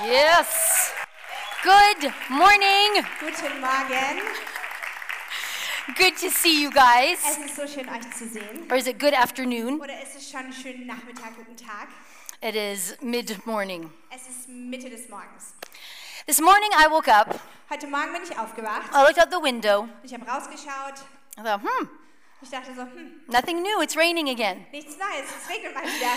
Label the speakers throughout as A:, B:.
A: Yes. Good morning.
B: Guten Morgen.
A: Good to see you
B: Es
A: guys.
B: ist so schön, euch zu sehen.
A: Or is it good afternoon?
B: Oder es ist schon schönen Nachmittag, guten Tag.
A: It is mid morning.
B: Es ist Mitte des Morgens.
A: This morning I woke up.
B: Heute Morgen bin ich aufgewacht.
A: I looked out the window.
B: und Ich habe rausgeschaut.
A: I thought, hmm,
B: Ich dachte so, hm,
A: nothing new. It's raining again.
B: nichts Neues. Es regnet mal wieder.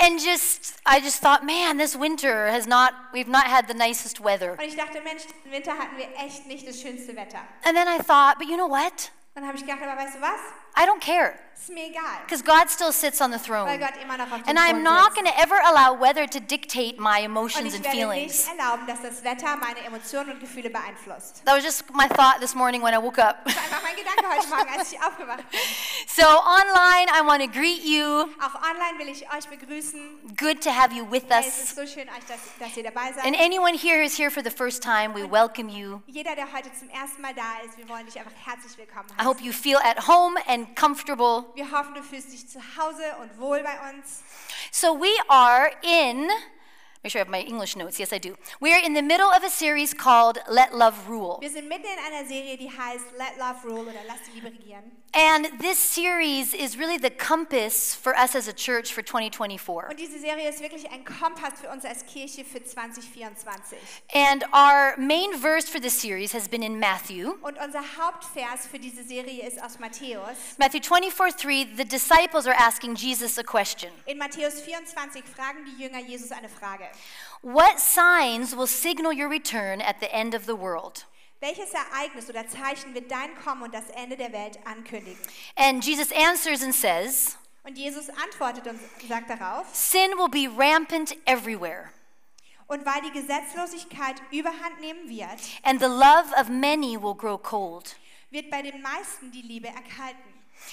A: And just, I just thought, man, this winter has not, we've not had the nicest weather.
B: Und ich dachte, Mensch, im Winter hatten wir echt nicht das schönste Wetter.
A: And then I thought, but you know what?
B: Dann habe ich gedacht, aber weißt du was?
A: I don't care.
B: Ist mir egal.
A: Because God still sits on the
B: Weil
A: throne.
B: Gott immer noch auf dem
A: And
B: Thron
A: I'm not
B: sitzt.
A: going to ever allow weather to dictate my
B: Und
A: emotions
B: ich
A: and
B: werde
A: feelings.
B: nicht erlauben, dass das Wetter meine Emotionen und Gefühle beeinflusst.
A: That was just my thought this morning when I woke up.
B: Das war einfach mein Gedanke heute Morgen, als ich aufgewacht bin.
A: So, online, I want to greet you.
B: Auch online will ich euch begrüßen.
A: Good to have you with
B: Es
A: us.
B: ist so schön, euch, dass, dass ihr dabei seid.
A: And anyone here who's here for the first time, we welcome you.
B: Jeder, der heute zum ersten Mal da ist, wir wollen dich einfach herzlich willkommen
A: I
B: heißen.
A: hope you feel at home and comfortable.
B: Wir hoffen, du fühlst dich zu Hause und wohl bei uns.
A: So, we are in, make sure I have my English notes. Yes, I do. We are in the middle of a series called Let Love Rule.
B: Wir sind mitten in einer Serie, die heißt Let Love Rule oder Lass die Liebe regieren.
A: And this series is really the compass for us as a church for 2024.
B: Und diese Serie ist wirklich ein Kompass für uns als Kirche für 2024.
A: And our main verse for this series has been in Matthew.
B: Und unser Hauptvers für diese Serie ist aus Matthäus.
A: Matthew 24, 3, the disciples are asking Jesus a question.
B: In Matthäus 24 fragen die Jünger Jesus eine Frage.
A: What signs will signal your return at the end of the world?
B: Welches Ereignis oder Zeichen wird dein Kommen und das Ende der Welt ankündigen?
A: And Jesus answers and says,
B: Und Jesus antwortet und sagt darauf,
A: Sin will be rampant everywhere,
B: Und weil die Gesetzlosigkeit überhand nehmen wird,
A: and the love of many will grow cold.
B: wird bei den meisten die Liebe erkalten.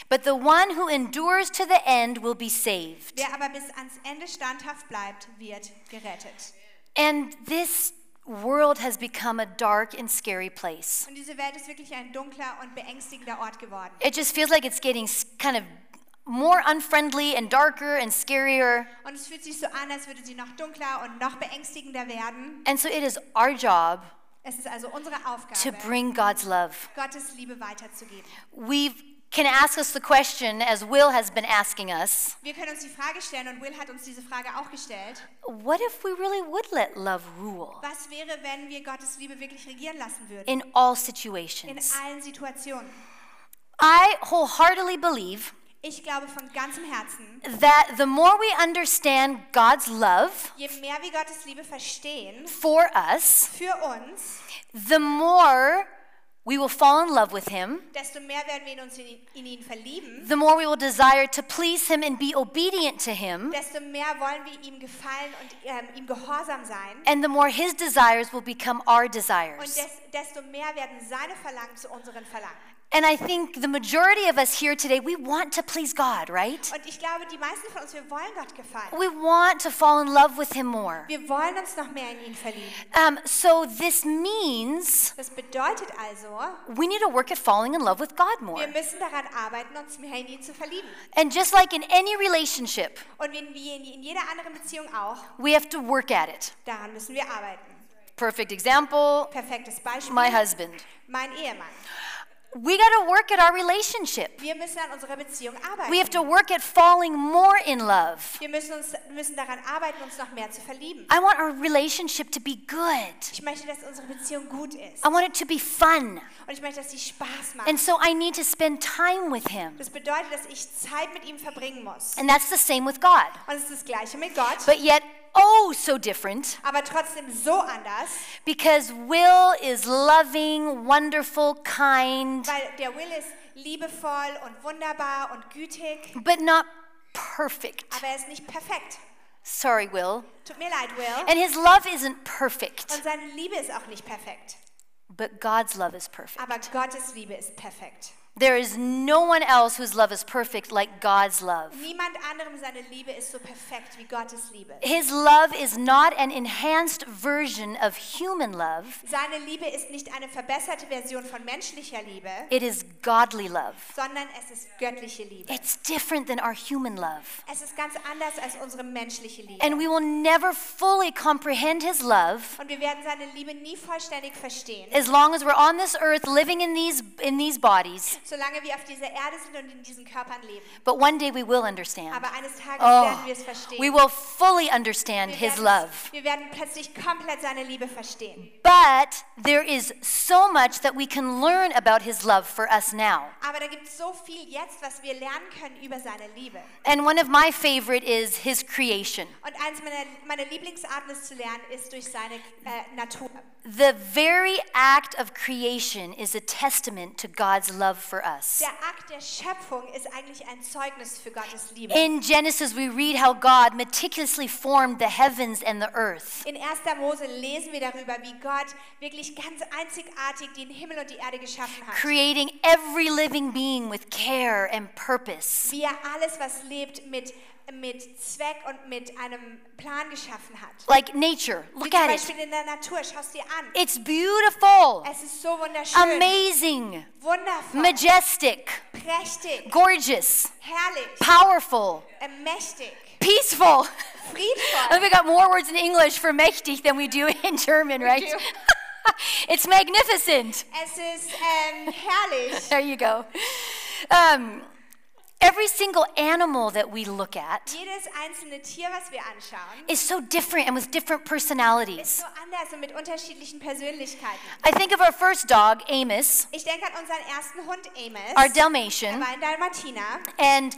A: But the one who endures to the end will be saved.
B: Wer aber bis ans Ende standhaft bleibt, wird gerettet.
A: And this world has become a dark and scary place.
B: Und diese Welt ist wirklich ein dunkler und beängstigender Ort geworden.
A: It just feels like it's getting s- kind of more unfriendly and darker and scarier.
B: Und es fühlt sich so an, als würde sie noch dunkler und noch beängstigender werden.
A: And so it is our job
B: Es ist also unsere
A: to
B: Aufgabe,
A: bring God's love.
B: Gottes Liebe weiterzugeben.
A: We can ask us the question, as Will has been asking us
B: Wir können uns die Frage stellen, und Will hat uns diese Frage auch gestellt,
A: what if we really would let love rule
B: was wäre, wenn wir Gottes Liebe wirklich regieren lassen würden?
A: in all
B: In
A: situations?
B: allen Situationen.
A: I wholeheartedly believe
B: Ich glaube von ganzem Herzen,
A: that the more we understand God's love
B: Je mehr wir Gottes Liebe verstehen
A: for us,
B: für uns,
A: the more we will fall in love with Him,
B: desto mehr werden wir in uns in, in ihn verlieben,
A: the more we will desire to please Him and be obedient to Him,
B: desto mehr wollen wir ihm gefallen und ähm, ihm gehorsam sein
A: and the more His desires will become our
B: und
A: desires.
B: des, desto mehr werden seine Verlangen zu unseren Verlangen.
A: And I think the majority of us here today, we want to please God, right?
B: Und ich glaube, die meisten von uns, wir wollen Gott gefallen.
A: We want to fall in love with Him more.
B: Wir wollen uns noch mehr in ihn verlieben.
A: Um, so this means
B: Das bedeutet also,
A: we need to work at falling in love with God
B: wir
A: more.
B: müssen daran arbeiten, uns mehr in ihn zu verlieben.
A: And just like in any relationship,
B: Und wenn wir in, in jeder anderen Beziehung auch,
A: we have to work at it.
B: daran müssen wir arbeiten.
A: Perfect example
B: Perfektes Beispiel,
A: my husband.
B: mein Ehemann.
A: We got to work at our relationship.
B: Wir müssen an unserer Beziehung arbeiten.
A: We have to work at falling more in love.
B: Wir müssen, uns, müssen daran arbeiten, uns noch mehr zu verlieben.
A: I want our relationship to be good,
B: Ich möchte, dass unsere Beziehung gut ist.
A: I want it to be fun.
B: Und ich möchte, dass sie Spaß macht.
A: And so I need to spend time with Him.
B: Das bedeutet, dass ich Zeit mit ihm verbringen muss.
A: And that's the same with God.
B: Und es ist das Gleiche mit Gott,
A: But yet, oh, so different
B: aber trotzdem so anders,
A: because Will is loving, wonderful, kind,
B: weil der Will ist liebevoll und wunderbar und gütig,
A: but not perfect.
B: aber er ist nicht perfekt.
A: Sorry, Will.
B: Tut mir leid, Will.
A: And his love isn't perfect,
B: Und seine Liebe ist auch nicht perfekt.
A: but God's love is perfect.
B: Aber Gottes Liebe ist perfekt.
A: There is no one else whose love is perfect like God's love.
B: Niemand anderem seine Liebe ist so perfekt wie Gottes Liebe.
A: His love is not an enhanced version of human love,
B: Seine Liebe ist nicht eine verbesserte Version von menschlicher Liebe,
A: it is godly love.
B: sondern es ist göttliche Liebe.
A: It's different than our human love.
B: Es ist ganz anders als unsere menschliche Liebe.
A: And we will never fully comprehend His love
B: Und wir werden seine Liebe nie vollständig verstehen,
A: as long as we're on this earth living in these, in these bodies,
B: solange wir auf dieser Erde sind und in diesen Körpern leben.
A: but one day we will understand.
B: Aber eines Tages werden wir es
A: Oh,
B: verstehen.
A: we will fully understand
B: wir,
A: His
B: werden,
A: love.
B: wir werden plötzlich komplett seine Liebe verstehen.
A: But there is so much that we can learn about His love for us now.
B: Aber da gibt es so viel jetzt, was wir lernen können über seine Liebe.
A: And one of my favorite is His creation.
B: Und eins meiner, meiner Lieblingsarten, es zu lernen, ist durch seine äh, Natur.
A: The very act of creation is a testament to God's love for us.
B: Der Akt der Schöpfung ist eigentlich ein Zeugnis für Gottes Liebe.
A: In Genesis, we read how God meticulously formed the heavens and the earth.
B: In 1. Mose lesen wir darüber, wie Gott wirklich ganz einzigartig den Himmel und die Erde geschaffen hat.
A: creating every living being with care and purpose.
B: Wie er alles, was lebt, mit, mit Zweck und mit einem Plan geschaffen hat.
A: Like nature,
B: Wie
A: look
B: zum
A: at it.
B: Beispiel in der Natur, schau es dir an.
A: It's beautiful,
B: Es ist so wunderschön,
A: amazing,
B: wundervoll,
A: majestic,
B: prächtig,
A: gorgeous,
B: herrlich,
A: powerful,
B: äh, mächtig,
A: peaceful. And
B: friedvoll.
A: we got more words in English for mächtig than we do in German, right?
B: do.
A: it's magnificent.
B: Es ist ähm, herrlich.
A: There you go. Um, every single animal that we look at
B: Jedes einzelne Tier, was wir anschauen,
A: is so different and with different personalities.
B: ist so anders und mit unterschiedlichen Persönlichkeiten.
A: I think of our first dog, Amos.
B: Ich denke an unseren ersten Hund Amos.
A: our
B: Er
A: Dalmatian,
B: war ein Dalmatiner.
A: and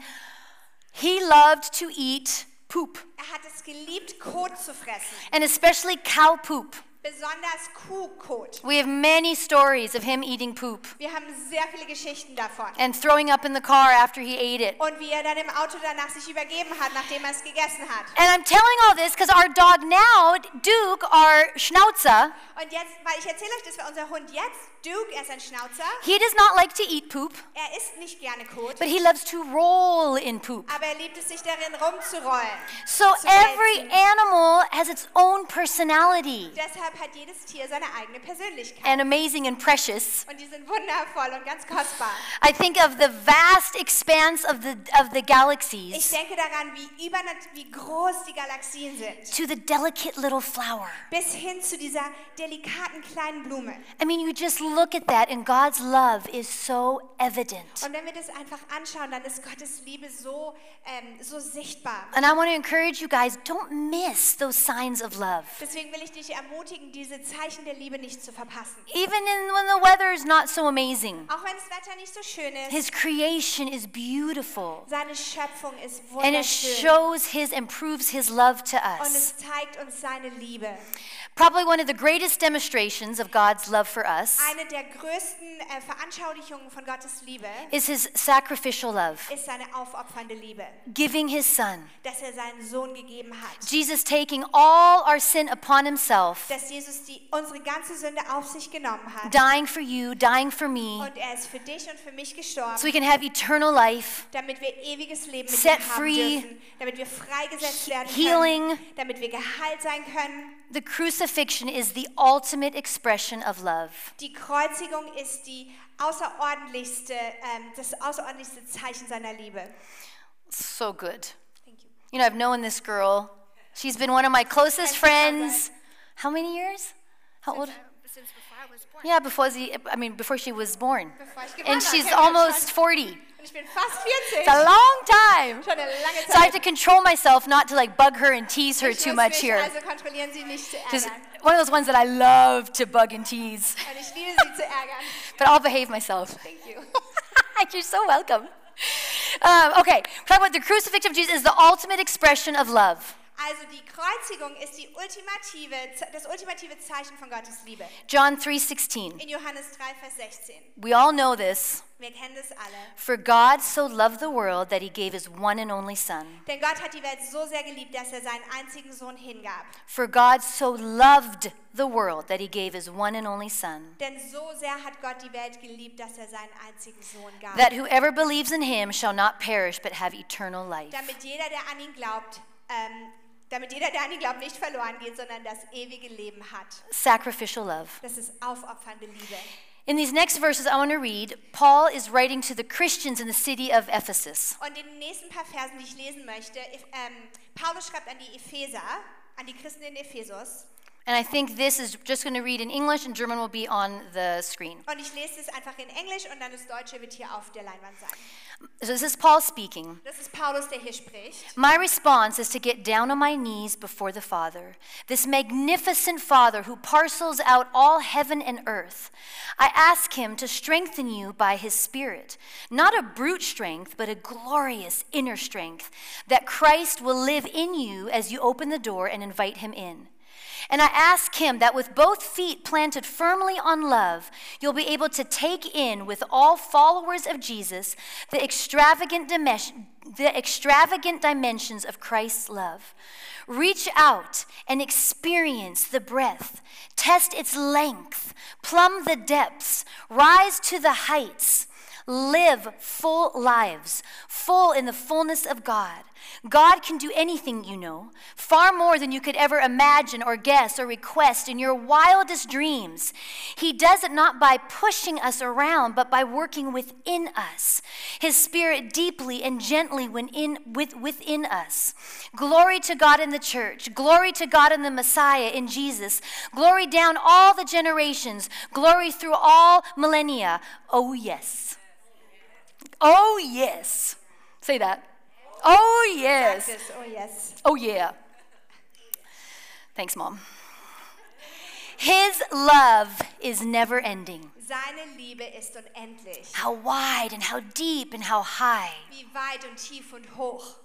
A: he loved to eat poop,
B: Er hat es geliebt, Kot zu fressen.
A: and especially cow poop.
B: Besonders Kuhkot.
A: We have many stories of him eating poop
B: Wir haben sehr viele Geschichten davon.
A: and throwing up in the car after he ate it.
B: Und wie er dann im Auto danach sich übergeben hat, nachdem er es gegessen hat.
A: And I'm telling all this because our dog now, Duke, our Schnauzer,
B: Und jetzt, weil ich erzähle euch, das war unser Hund jetzt. Duke, er ist ein Schnauzer.
A: he does not like to eat poop,
B: Er isst nicht gerne Kot.
A: but he loves to roll in poop.
B: Aber er liebt es, sich darin rumzurollen.
A: So
B: zu
A: every
B: wälzen.
A: animal has its own personality,
B: Deshalb hat jedes Tier seine eigene Persönlichkeit.
A: and amazing and precious.
B: Und die sind wundervoll und ganz kostbar.
A: I think of the vast expanse of the of the galaxies.
B: Ich denke daran, wie, übernat wie groß die Galaxien sind.
A: to the delicate little flower.
B: Bis hin zu dieser delikaten kleinen Blume.
A: I mean, you just look at that, and God's love is so evident.
B: Und wenn wir das einfach anschauen, dann ist Gottes Liebe so, ähm, so sichtbar.
A: And I want to encourage you guys don't miss those signs of love.
B: Deswegen will ich dich ermutigen, diese Zeichen der Liebe nicht zu verpassen.
A: Even in, when the weather is not so amazing,
B: Auch wenn das Wetter nicht so schön ist,
A: His creation is beautiful.
B: seine Schöpfung
A: And
B: ist
A: it
B: wunderschön.
A: shows His and proves His love to
B: Und
A: us.
B: es zeigt uns seine Liebe.
A: Probably one of the greatest demonstrations of God's love for us
B: Eine der größten äh, Veranschaulichungen von Gottes Liebe
A: is His sacrificial love,
B: ist seine aufopfernde Liebe,
A: giving His Son.
B: dass er seinen Sohn gegeben hat.
A: Jesus taking all our sin upon Himself,
B: dass Jesus die, unsere ganze Sünde auf sich genommen hat.
A: dying for you, dying for me.
B: Und er ist für dich und für mich gestorben,
A: so we can have eternal life,
B: damit wir ewiges Leben mit
A: Set
B: ihm haben
A: free.
B: dürfen, damit wir freigesetzt werden
A: Healing.
B: können, damit wir geheilt sein können.
A: the crucifixion is the ultimate expression of love.
B: Die Kreuzigung ist die außerordentlichste, ähm, das außerordentlichste Zeichen seiner Liebe.
A: So good.
B: Thank you.
A: You know, I've known this girl. She's been one of my closest friends. How many years? How old?
C: since before I was born.
A: Yeah, before she, I mean, before she was born.
B: Bevor ich geboren
A: And
B: war,
A: she's
B: kennen wir uns
A: almost 40.
B: schon. Und ich bin fast 40.
A: It's a long time.
B: Schon eine lange
A: So I have
B: Zeit.
A: to control myself not to like bug her and tease her
B: Ich
A: too
B: muss
A: much
B: mich
A: here.
B: Also kontrollieren Sie nicht zu
A: Just
B: ärgern.
A: one of those ones that I love to bug and tease,
B: Und ich liebe Sie zu ärgern.
A: but I'll behave myself.
B: Thank you.
A: You're so welcome. Um, okay, talk about the crucifixion of Jesus is the ultimate expression of love.
B: Also die Kreuzigung ist die ultimative, Ze- das ultimative Zeichen von Gottes Liebe.
A: John 3:16.
B: In Johannes 3, Vers 16.
A: We all know this.
B: Wir kennen das alle.
A: For God so loved the world that he gave his one and only son.
B: Denn Gott hat die Welt so sehr geliebt, dass er seinen einzigen Sohn hingab.
A: For God so loved the world that he gave his one and only son.
B: Denn so sehr hat Gott die Welt geliebt, dass er seinen einzigen Sohn gab.
A: That whoever believes in him shall not perish but have eternal life.
B: damit jeder, der an ihn glaubt, ähm, damit jeder, der an ihn glaubt, nicht verloren geht, sondern das ewige Leben hat.
A: Sacrificial love.
B: Das ist aufopfernde Liebe.
A: In these next verses I want to read, Paul is writing to the Christians in the city of Ephesus.
B: Und in den nächsten paar Versen, die ich lesen möchte, if- ähm, Paulus schreibt an die Epheser, an die Christen in Ephesus.
A: And I think this is just going to read in English and German will be on the screen.
B: Und ich lese es einfach in Englisch und dann das Deutsche wird hier auf der Leinwand sein.
A: So this is Paul speaking.
B: Das ist Paulus, der hier spricht.
A: My response is to get down on my knees before the Father, this magnificent Father who parcels out all heaven and earth. I ask Him to strengthen you by His Spirit, not a brute strength, but a glorious inner strength, that Christ will live in you as you open the door and invite Him in. And I ask Him that with both feet planted firmly on love, you'll be able to take in with all followers of Jesus the extravagant, dimes- the extravagant dimensions of Christ's love. Reach out and experience the breadth, test its length, plumb the depths, rise to the heights. Live full lives, full in the fullness of God. God can do anything you know, far more than you could ever imagine or guess or request in your wildest dreams. He does it not by pushing us around, but by working within us. His spirit deeply and gently within, with, within us. Glory to God in the church. Glory to God in the Messiah, in Jesus. Glory down all the generations. Glory through all millennia. Oh, yes. Oh, yes. Say that. Oh, yes.
B: Yes, oh yes.
A: Oh, yeah. Thanks, Mom. His love is never ending.
B: Seine Liebe ist unendlich.
A: How wide and how deep and how high.
B: Wie weit und tief und hoch.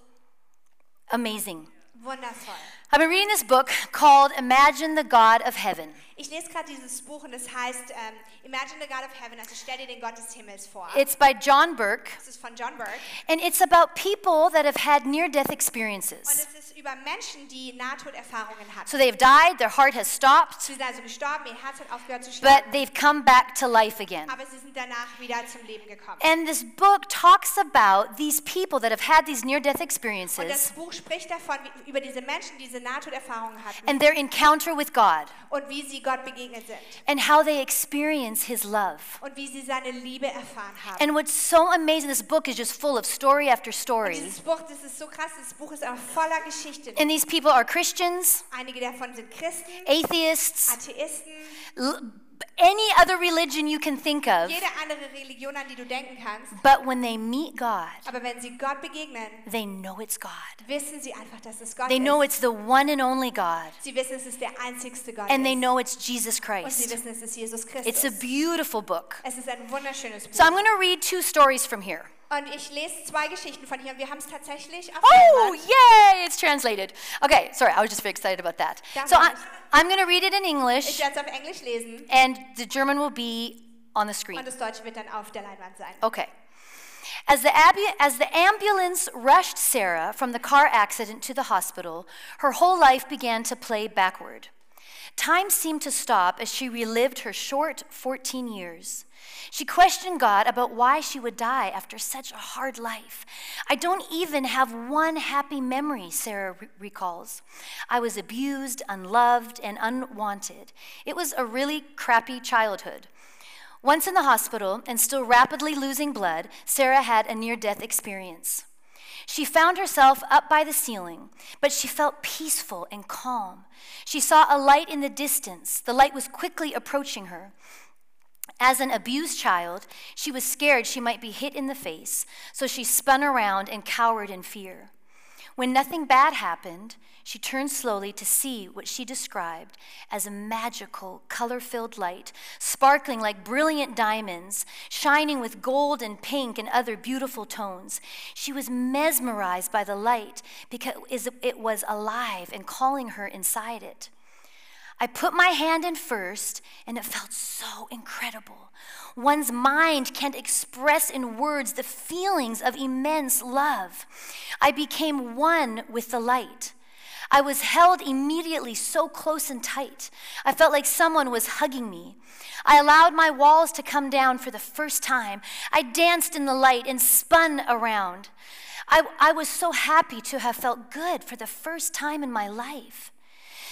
A: Amazing.
B: Wundervoll.
A: I've been reading this book called Imagine the God of Heaven.
B: Ich lese gerade dieses Buch und es heißt ähm, Imagine the God of Heaven, also stell dir den Gott des Himmels vor.
A: It's by John Burke,
B: Es ist von John Burke
A: and it's about people that have had near death
B: und
A: experiences.
B: es ist über Menschen, die Nahtoderfahrungen hatten.
A: So they've died, their heart has stopped,
B: Sie sind also gestorben, ihr Herz hat aufgehört zu schlagen,
A: but they've come back to life again.
B: aber sie sind danach wieder zum Leben gekommen.
A: And this book talks about these people that have had these near death
B: Und
A: experiences
B: das Buch spricht davon, wie, über diese Menschen, die diese Nahtoderfahrungen hatten
A: and their encounter with God
B: und wie sie Gott begegnet sind
A: and how they experience His love.
B: und wie sie seine Liebe erfahren haben.
A: And what's so amazing, this book is just full of story after story.
B: Dieses Buch, das ist so krass, das Buch ist auch voller Geschichten.
A: And these people are Christians,
B: Einige davon sind Christen,
A: atheists,
B: Atheisten,
A: l- any other religion you can think of.
B: jede andere Religion, an die du denken kannst.
A: But when they meet God,
B: Aber wenn sie Gott begegnen,
A: they know it's God.
B: wissen sie einfach, dass es Gott
A: They know
B: ist.
A: it's the one and only God.
B: Sie wissen, es ist der einzigste Gott.
A: And they
B: ist.
A: know it's Jesus
B: Und sie
A: Christ.
B: wissen, es ist Jesus Christus.
A: It's a beautiful book.
B: es ist ein wunderschönes Buch.
A: So I'm going to read two stories from here.
B: und ich lese zwei Geschichten von hier und wir haben es tatsächlich auf
A: Oh,
B: Leinwand.
A: yay! It's translated. Okay, sorry, I was just very excited about that.
B: That's
A: So I,
B: nice.
A: I'm going to read it in
B: Ich
A: English,
B: werde es auf Englisch lesen
A: and the German will be on the screen.
B: und das Deutsche wird dann auf der Leinwand sein.
A: Okay. As the, abu- as the ambulance rushed Sarah from the car accident to the hospital, her whole life began to play backward. Time seemed to stop as she relived her short 14 years. She questioned God about why she would die after such a hard life. I don't even have one happy memory, Sarah re- recalls. I was abused, unloved, and unwanted. It was a really crappy childhood. Once in the hospital and still rapidly losing blood, Sarah had a near death experience. She found herself up by the ceiling, but she felt peaceful and calm. She saw a light in the distance. The light was quickly approaching her. As an abused child, she was scared she might be hit in the face, so she spun around and cowered in fear. When nothing bad happened, she turned slowly to see what she described as a magical, color filled light, sparkling like brilliant diamonds, shining with gold and pink and other beautiful tones. She was mesmerized by the light because it was alive and calling her inside it. I put my hand in first, and it felt so incredible. One's mind can't express in words the feelings of immense love. I became one with the light. I was held immediately so close and tight. I felt like someone was hugging me. I allowed my walls to come down for the first time. I danced in the light and spun around. I, I was so happy to have felt good for the first time in my life.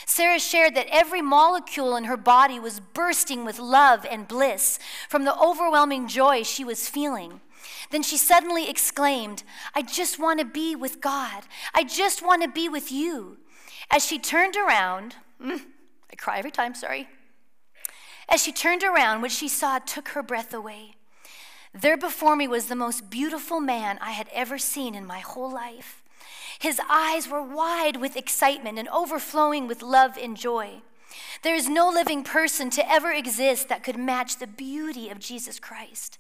A: Sarah shared that every molecule in her body was bursting with love and bliss from the overwhelming joy she was feeling. Then she suddenly exclaimed, I just want to be with God. I just want to be with you. As she turned around, mm, I cry every time, sorry. As she turned around, what she saw took her breath away. There before me was the most beautiful man I had ever seen in my whole life. His eyes were wide with excitement and overflowing with love and joy. There is no living person to ever exist that could match the beauty of Jesus Christ.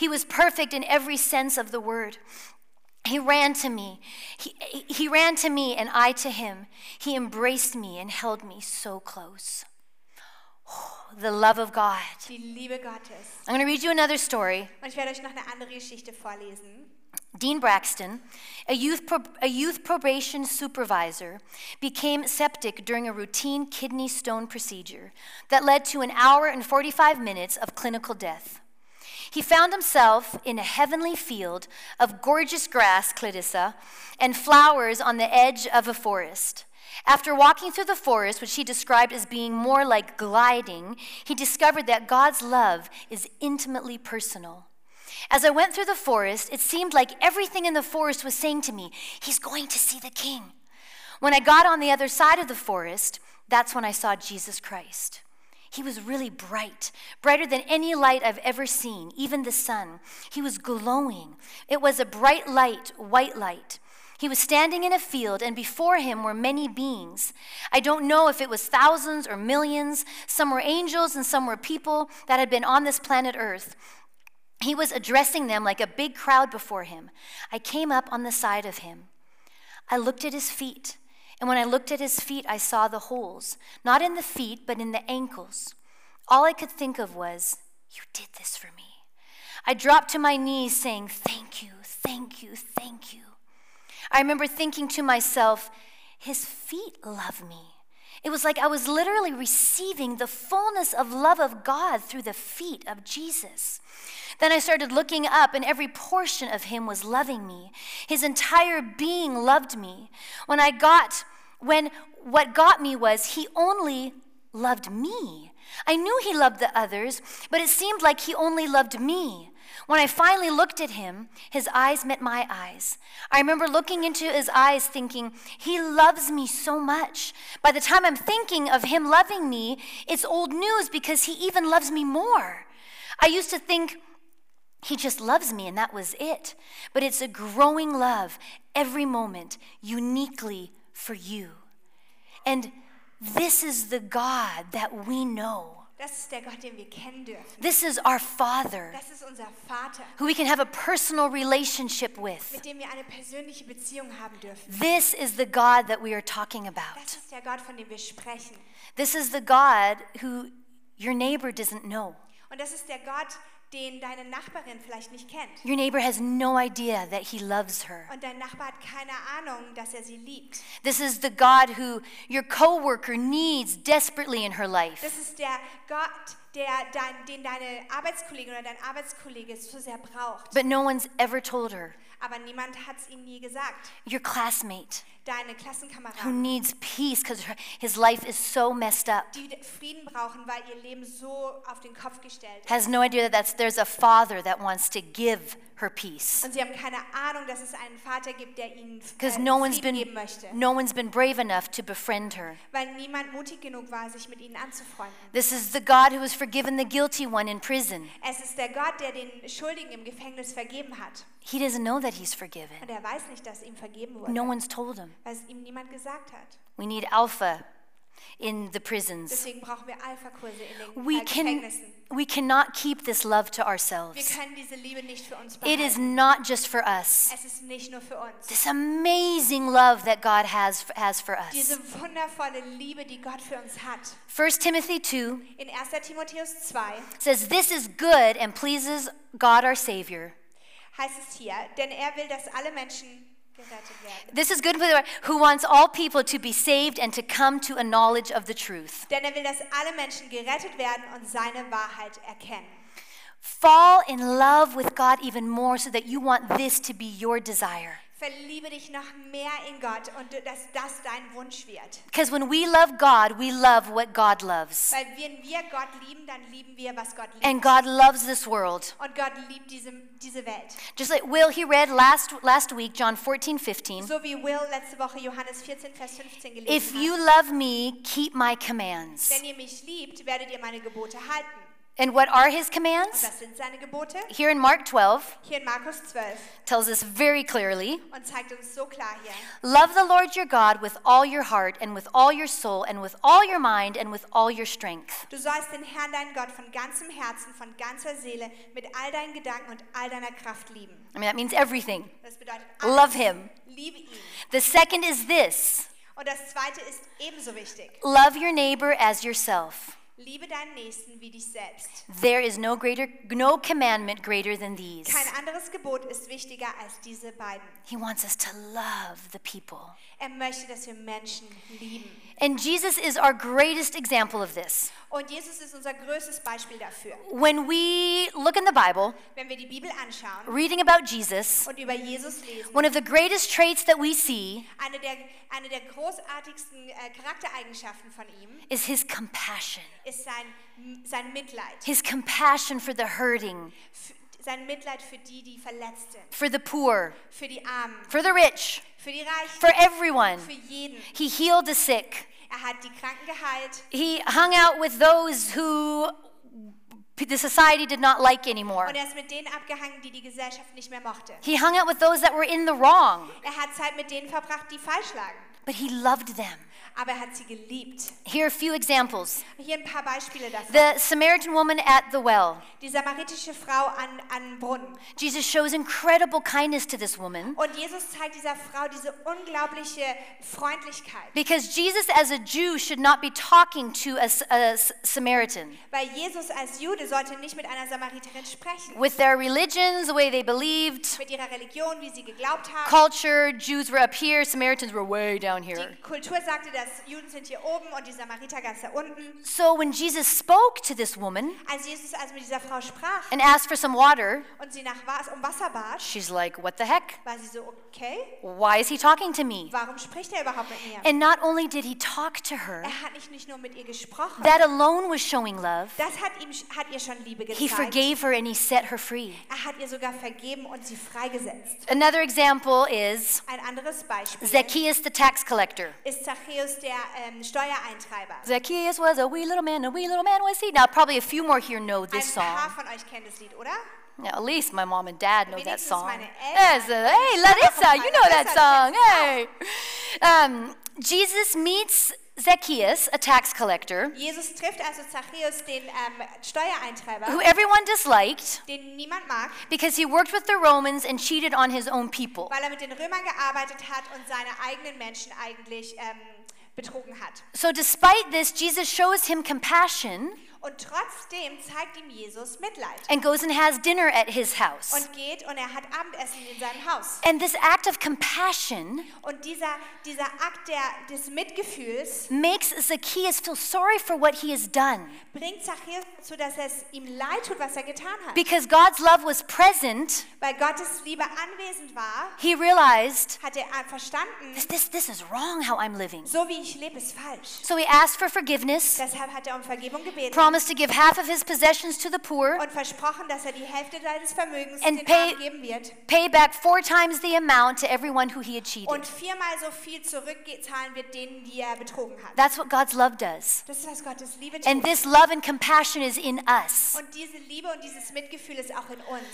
A: He was perfect in every sense of the word. He ran to me. He, he ran to me and I to him. He embraced me and held me so close. Oh, the love of God.
B: Die Liebe Gottes.
A: I'm going to read you another story.
B: Und ich werde euch noch eine andere Geschichte vorlesen.
A: Dean Braxton, a youth, pro- a youth probation supervisor, became septic during a routine kidney stone procedure that led to an hour and 45 minutes of clinical death. He found himself in a heavenly field of gorgeous grass, Clarissa, and flowers on the edge of a forest. After walking through the forest, which he described as being more like gliding, he discovered that God's love is intimately personal. As I went through the forest, it seemed like everything in the forest was saying to me, He's going to see the king. When I got on the other side of the forest, that's when I saw Jesus Christ. He was really bright, brighter than any light I've ever seen, even the sun. He was glowing. It was a bright light, white light. He was standing in a field, and before him were many beings. I don't know if it was thousands or millions. Some were angels and some were people that had been on this planet Earth. He was addressing them like a big crowd before him. I came up on the side of him. I looked at his feet, and when I looked at his feet, I saw the holes, not in the feet, but in the ankles. All I could think of was, You did this for me. I dropped to my knees, saying, Thank you, thank you, thank you. I remember thinking to myself, His feet love me. It was like I was literally receiving the fullness of love of God through the feet of Jesus. Then I started looking up, and every portion of him was loving me. His entire being loved me. When I got, when what got me was he only loved me. I knew he loved the others, but it seemed like he only loved me. When I finally looked at him, his eyes met my eyes. I remember looking into his eyes thinking, He loves me so much. By the time I'm thinking of him loving me, it's old news because he even loves me more. I used to think, he just loves me, and that was it. But it's a growing love every moment, uniquely for you. And this is the God that we know.
B: Das ist der Gott, den wir kennen dürfen.
A: This is our Father
B: Das ist unser Vater,
A: who we can have a personal relationship with.
B: mit dem wir eine persönliche Beziehung haben dürfen.
A: This is the God that we are talking
B: Das
A: about.
B: ist der Gott, von dem wir sprechen.
A: This is the God who your neighbor doesn't know.
B: Und das ist der Gott, den deine Nachbarin vielleicht nicht kennt.
A: Your neighbor has no idea that he loves her.
B: Und dein Nachbar hat keine Ahnung, dass er sie liebt.
A: This is the God who your coworker needs desperately in her life.
B: Das ist der Gott, der dein, den deine Arbeitskollegin oder dein Arbeitskollege so sehr braucht.
A: But no one's ever told her.
B: Aber niemand hat es ihm nie gesagt.
A: Your classmate
B: Deine
A: who
B: Klassenkameraden,
A: needs peace because his life is so messed up
B: die Frieden brauchen, weil ihr Leben so auf den Kopf gestellt ist.
A: has no idea that that's, there's a father that wants to give her peace
B: Und sie haben keine Ahnung, dass es einen Vater gibt, der ihnen äh,
A: because no one's
B: Frieden
A: been
B: geben möchte.
A: no one's been brave enough to befriend her.
B: Weil niemand mutig genug war, sich mit ihnen anzufreunden.
A: This is the God who has forgiven the guilty one in prison.
B: Es ist der Gott, der den Schuldigen im Gefängnis vergeben hat.
A: He doesn't know that he's forgiven.
B: Und er weiß nicht, dass ihm vergeben wurde.
A: No one's told him.
B: weil es ihm niemand gesagt hat.
A: We need alpha in the prisons.
B: Deswegen brauchen wir Alpha-Kurse in den
A: We
B: äh,
A: can
B: Gefängnissen.
A: we cannot keep this love to
B: Wir
A: ourselves.
B: können diese Liebe nicht für uns
A: It
B: behalten.
A: is not just for us.
B: es ist nicht nur für uns.
A: This amazing love that God has has for us.
B: Diese wundervolle Liebe, die Gott für uns hat.
A: 1 Timothy 2
B: In 1. Timotheus 2
A: says this is good and pleases God our savior.
B: heißt es hier, denn er will, dass alle Menschen gerettet werden.
A: This is good for the who wants all people to be saved and to come to a knowledge of the truth.
B: Denn er will, dass alle Menschen gerettet werden und seine Wahrheit erkennen.
A: Fall in love with God even more so that you want this to be your desire.
B: Verliebe dich noch mehr in Gott und dass das dein Wunsch wird.
A: Because when we love God, we love what God loves.
B: Weil wenn wir Gott lieben, dann lieben wir, was Gott liebt.
A: And God loves this world.
B: Und Gott liebt diese, diese Welt.
A: Just like Will, he read last, last week, John 14, 15.
B: So wie Will letzte Woche Johannes 14, Vers 15 gelesen
A: If you
B: hat.
A: love me, keep my commands.
B: Wenn ihr mich liebt, werdet ihr meine Gebote halten.
A: And what are his
B: Und
A: commands?
B: was sind seine Gebote?
A: Here in Mark 12,
B: Hier in Markus 12
A: tells us very clearly
B: und zeigt uns so klar hier.
A: Love the Lord your God with all your heart, and with all your soul, and with all your mind, and with all your strength.
B: Du sollst den Herrn, deinen Gott, von ganzem Herzen, von ganzer Seele, mit all deinen Gedanken und all deiner Kraft lieben.
A: I mean, that means everything.
B: Das bedeutet,
A: Love him.
B: liebe ihn.
A: The second is this
B: Und das Zweite ist ebenso wichtig.
A: love your neighbor as yourself.
B: Liebe deinen Nächsten wie dich selbst.
A: There is no greater no commandment greater than these.
B: Kein anderes Gebot ist wichtiger als diese beiden.
A: He wants us to love the people.
B: Er möchte, dass wir Menschen lieben.
A: And Jesus is our greatest example of this.
B: Und Jesus ist unser größtes Beispiel dafür.
A: When we look in the Bible,
B: Wenn wir die Bibel anschauen
A: reading about Jesus,
B: und über Jesus lesen,
A: one of the greatest traits that we see
B: eine der, eine der großartigsten äh, Charaktereigenschaften von ihm
A: is his compassion.
B: ist sein, sein Mitleid.
A: His compassion for the hurting,
B: F- Sein Mitleid für die, die verletzt sind,
A: for the poor,
B: für die Armen,
A: for the rich,
B: für die Reichen,
A: for everyone.
B: für jeden.
A: He healed the sick.
B: Er hat die Kranken geheilt
A: He hung out with those who the society did not like anymore.
B: und er ist mit denen abgehangen, die die Gesellschaft nicht mehr mochte.
A: He hung out with those that were in the wrong,
B: Er hat Zeit mit denen verbracht, die falsch lagen,
A: but he loved them.
B: aber er hat sie geliebt.
A: Here are a few examples.
B: Hier ein paar Beispiele davon.
A: The Samaritan woman at the well.
B: Die samaritische Frau an, an Brunnen.
A: Jesus shows incredible kindness to this woman
B: Und Jesus zeigt dieser Frau diese unglaubliche Freundlichkeit,
A: because Jesus, as a Jew, should not be talking to a, S- a S- Samaritan.
B: weil Jesus als Jude sollte nicht mit einer Samariterin sprechen.
A: With their religions, the way they believed,
B: Mit ihrer Religion, wie sie geglaubt haben.
A: culture, Jews were up here, Samaritans were way down here.
B: Die Kultur sagte, dass Juden sind hier oben und die Samariter ganz da unten.
A: So when Jesus spoke to this woman
B: Als Jesus also mit dieser Frau sprach
A: and asked for some water,
B: und sie nach was, um Wasser bat,
A: she's like, What the heck?
B: war sie so, okay,
A: Why is he talking to me?
B: warum spricht er überhaupt mit mir?
A: And not only did he talk to her,
B: Er hat nicht, nicht nur mit ihr gesprochen,
A: that alone was showing love.
B: das hat, ihm, hat ihr schon Liebe
A: He
B: gezeigt.
A: forgave her and he set her free.
B: Er hat ihr sogar vergeben und sie freigesetzt.
A: Another example is
B: Ein anderes Beispiel
A: Zacchaeus the tax collector.
B: ist Zachäus der ähm, Steuereintreiber.
A: Zacchaeus was a wee little man, a wee little man was he. Now, probably a few more here know this
B: Ein paar
A: song.
B: von euch kennen das Lied, oder?
A: Now, at least my mom and dad know that
B: Wenigstens
A: song.
B: meine Eltern.
A: Yes, uh, hey, Larissa, you know that song. Hey. Um, Jesus meets Zacchaeus, a tax collector,
B: Jesus trifft also Zachäus, den ähm, Steuereintreiber,
A: who everyone disliked
B: den niemand mag,
A: because he worked with the Romans and cheated on his own people.
B: weil er mit den Römern gearbeitet hat und seine eigenen Menschen eigentlich ähm, betrogen hat.
A: So, despite this, Jesus shows him compassion
B: Und trotzdem zeigt ihm Jesus Mitleid
A: and goes and has dinner at his house.
B: und geht und er hat Abendessen in seinem Haus.
A: And this act of compassion
B: Und dieser, dieser Akt der, des Mitgefühls
A: makes Zacchaeus feel sorry for what he has done.
B: bringt Zachäus dazu, dass es ihm leid tut, was er getan hat.
A: Because God's love was present,
B: Weil Gottes Liebe anwesend war,
A: he realized
B: hat er äh, verstanden,
A: this, this, this is wrong how I'm living.
B: so wie ich lebe, ist falsch.
A: So he asked for forgiveness,
B: Deshalb hat er um Vergebung gebeten,
A: promised to give half of his possessions to the poor,
B: und versprochen, dass er die Hälfte seines Vermögens
A: And
B: den
A: pay-
B: Armen geben wird
A: pay back four times the amount to everyone who he had cheated.
B: und viermal so viel zurückzahlen wird denen, die er betrogen hat.
A: That's what God's love does.
B: Das ist, was Gottes Liebe
A: And
B: tut.
A: this love and compassion is in us.
B: Und diese Liebe und dieses Mitgefühl ist auch in uns.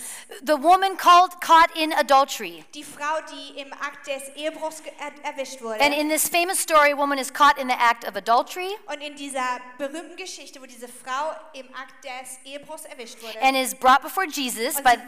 A: The woman called caught in adultery.
B: Die Frau, die im Akt des Ehebruchs ge- er- erwischt wurde.
A: And in this famous story, a woman is caught in the act of adultery
B: Und in dieser berühmten Geschichte, wo diese Frau im Akt des Ehebruchs erwischt wurde,
A: and is brought before Jesus
B: und
A: by,
B: sie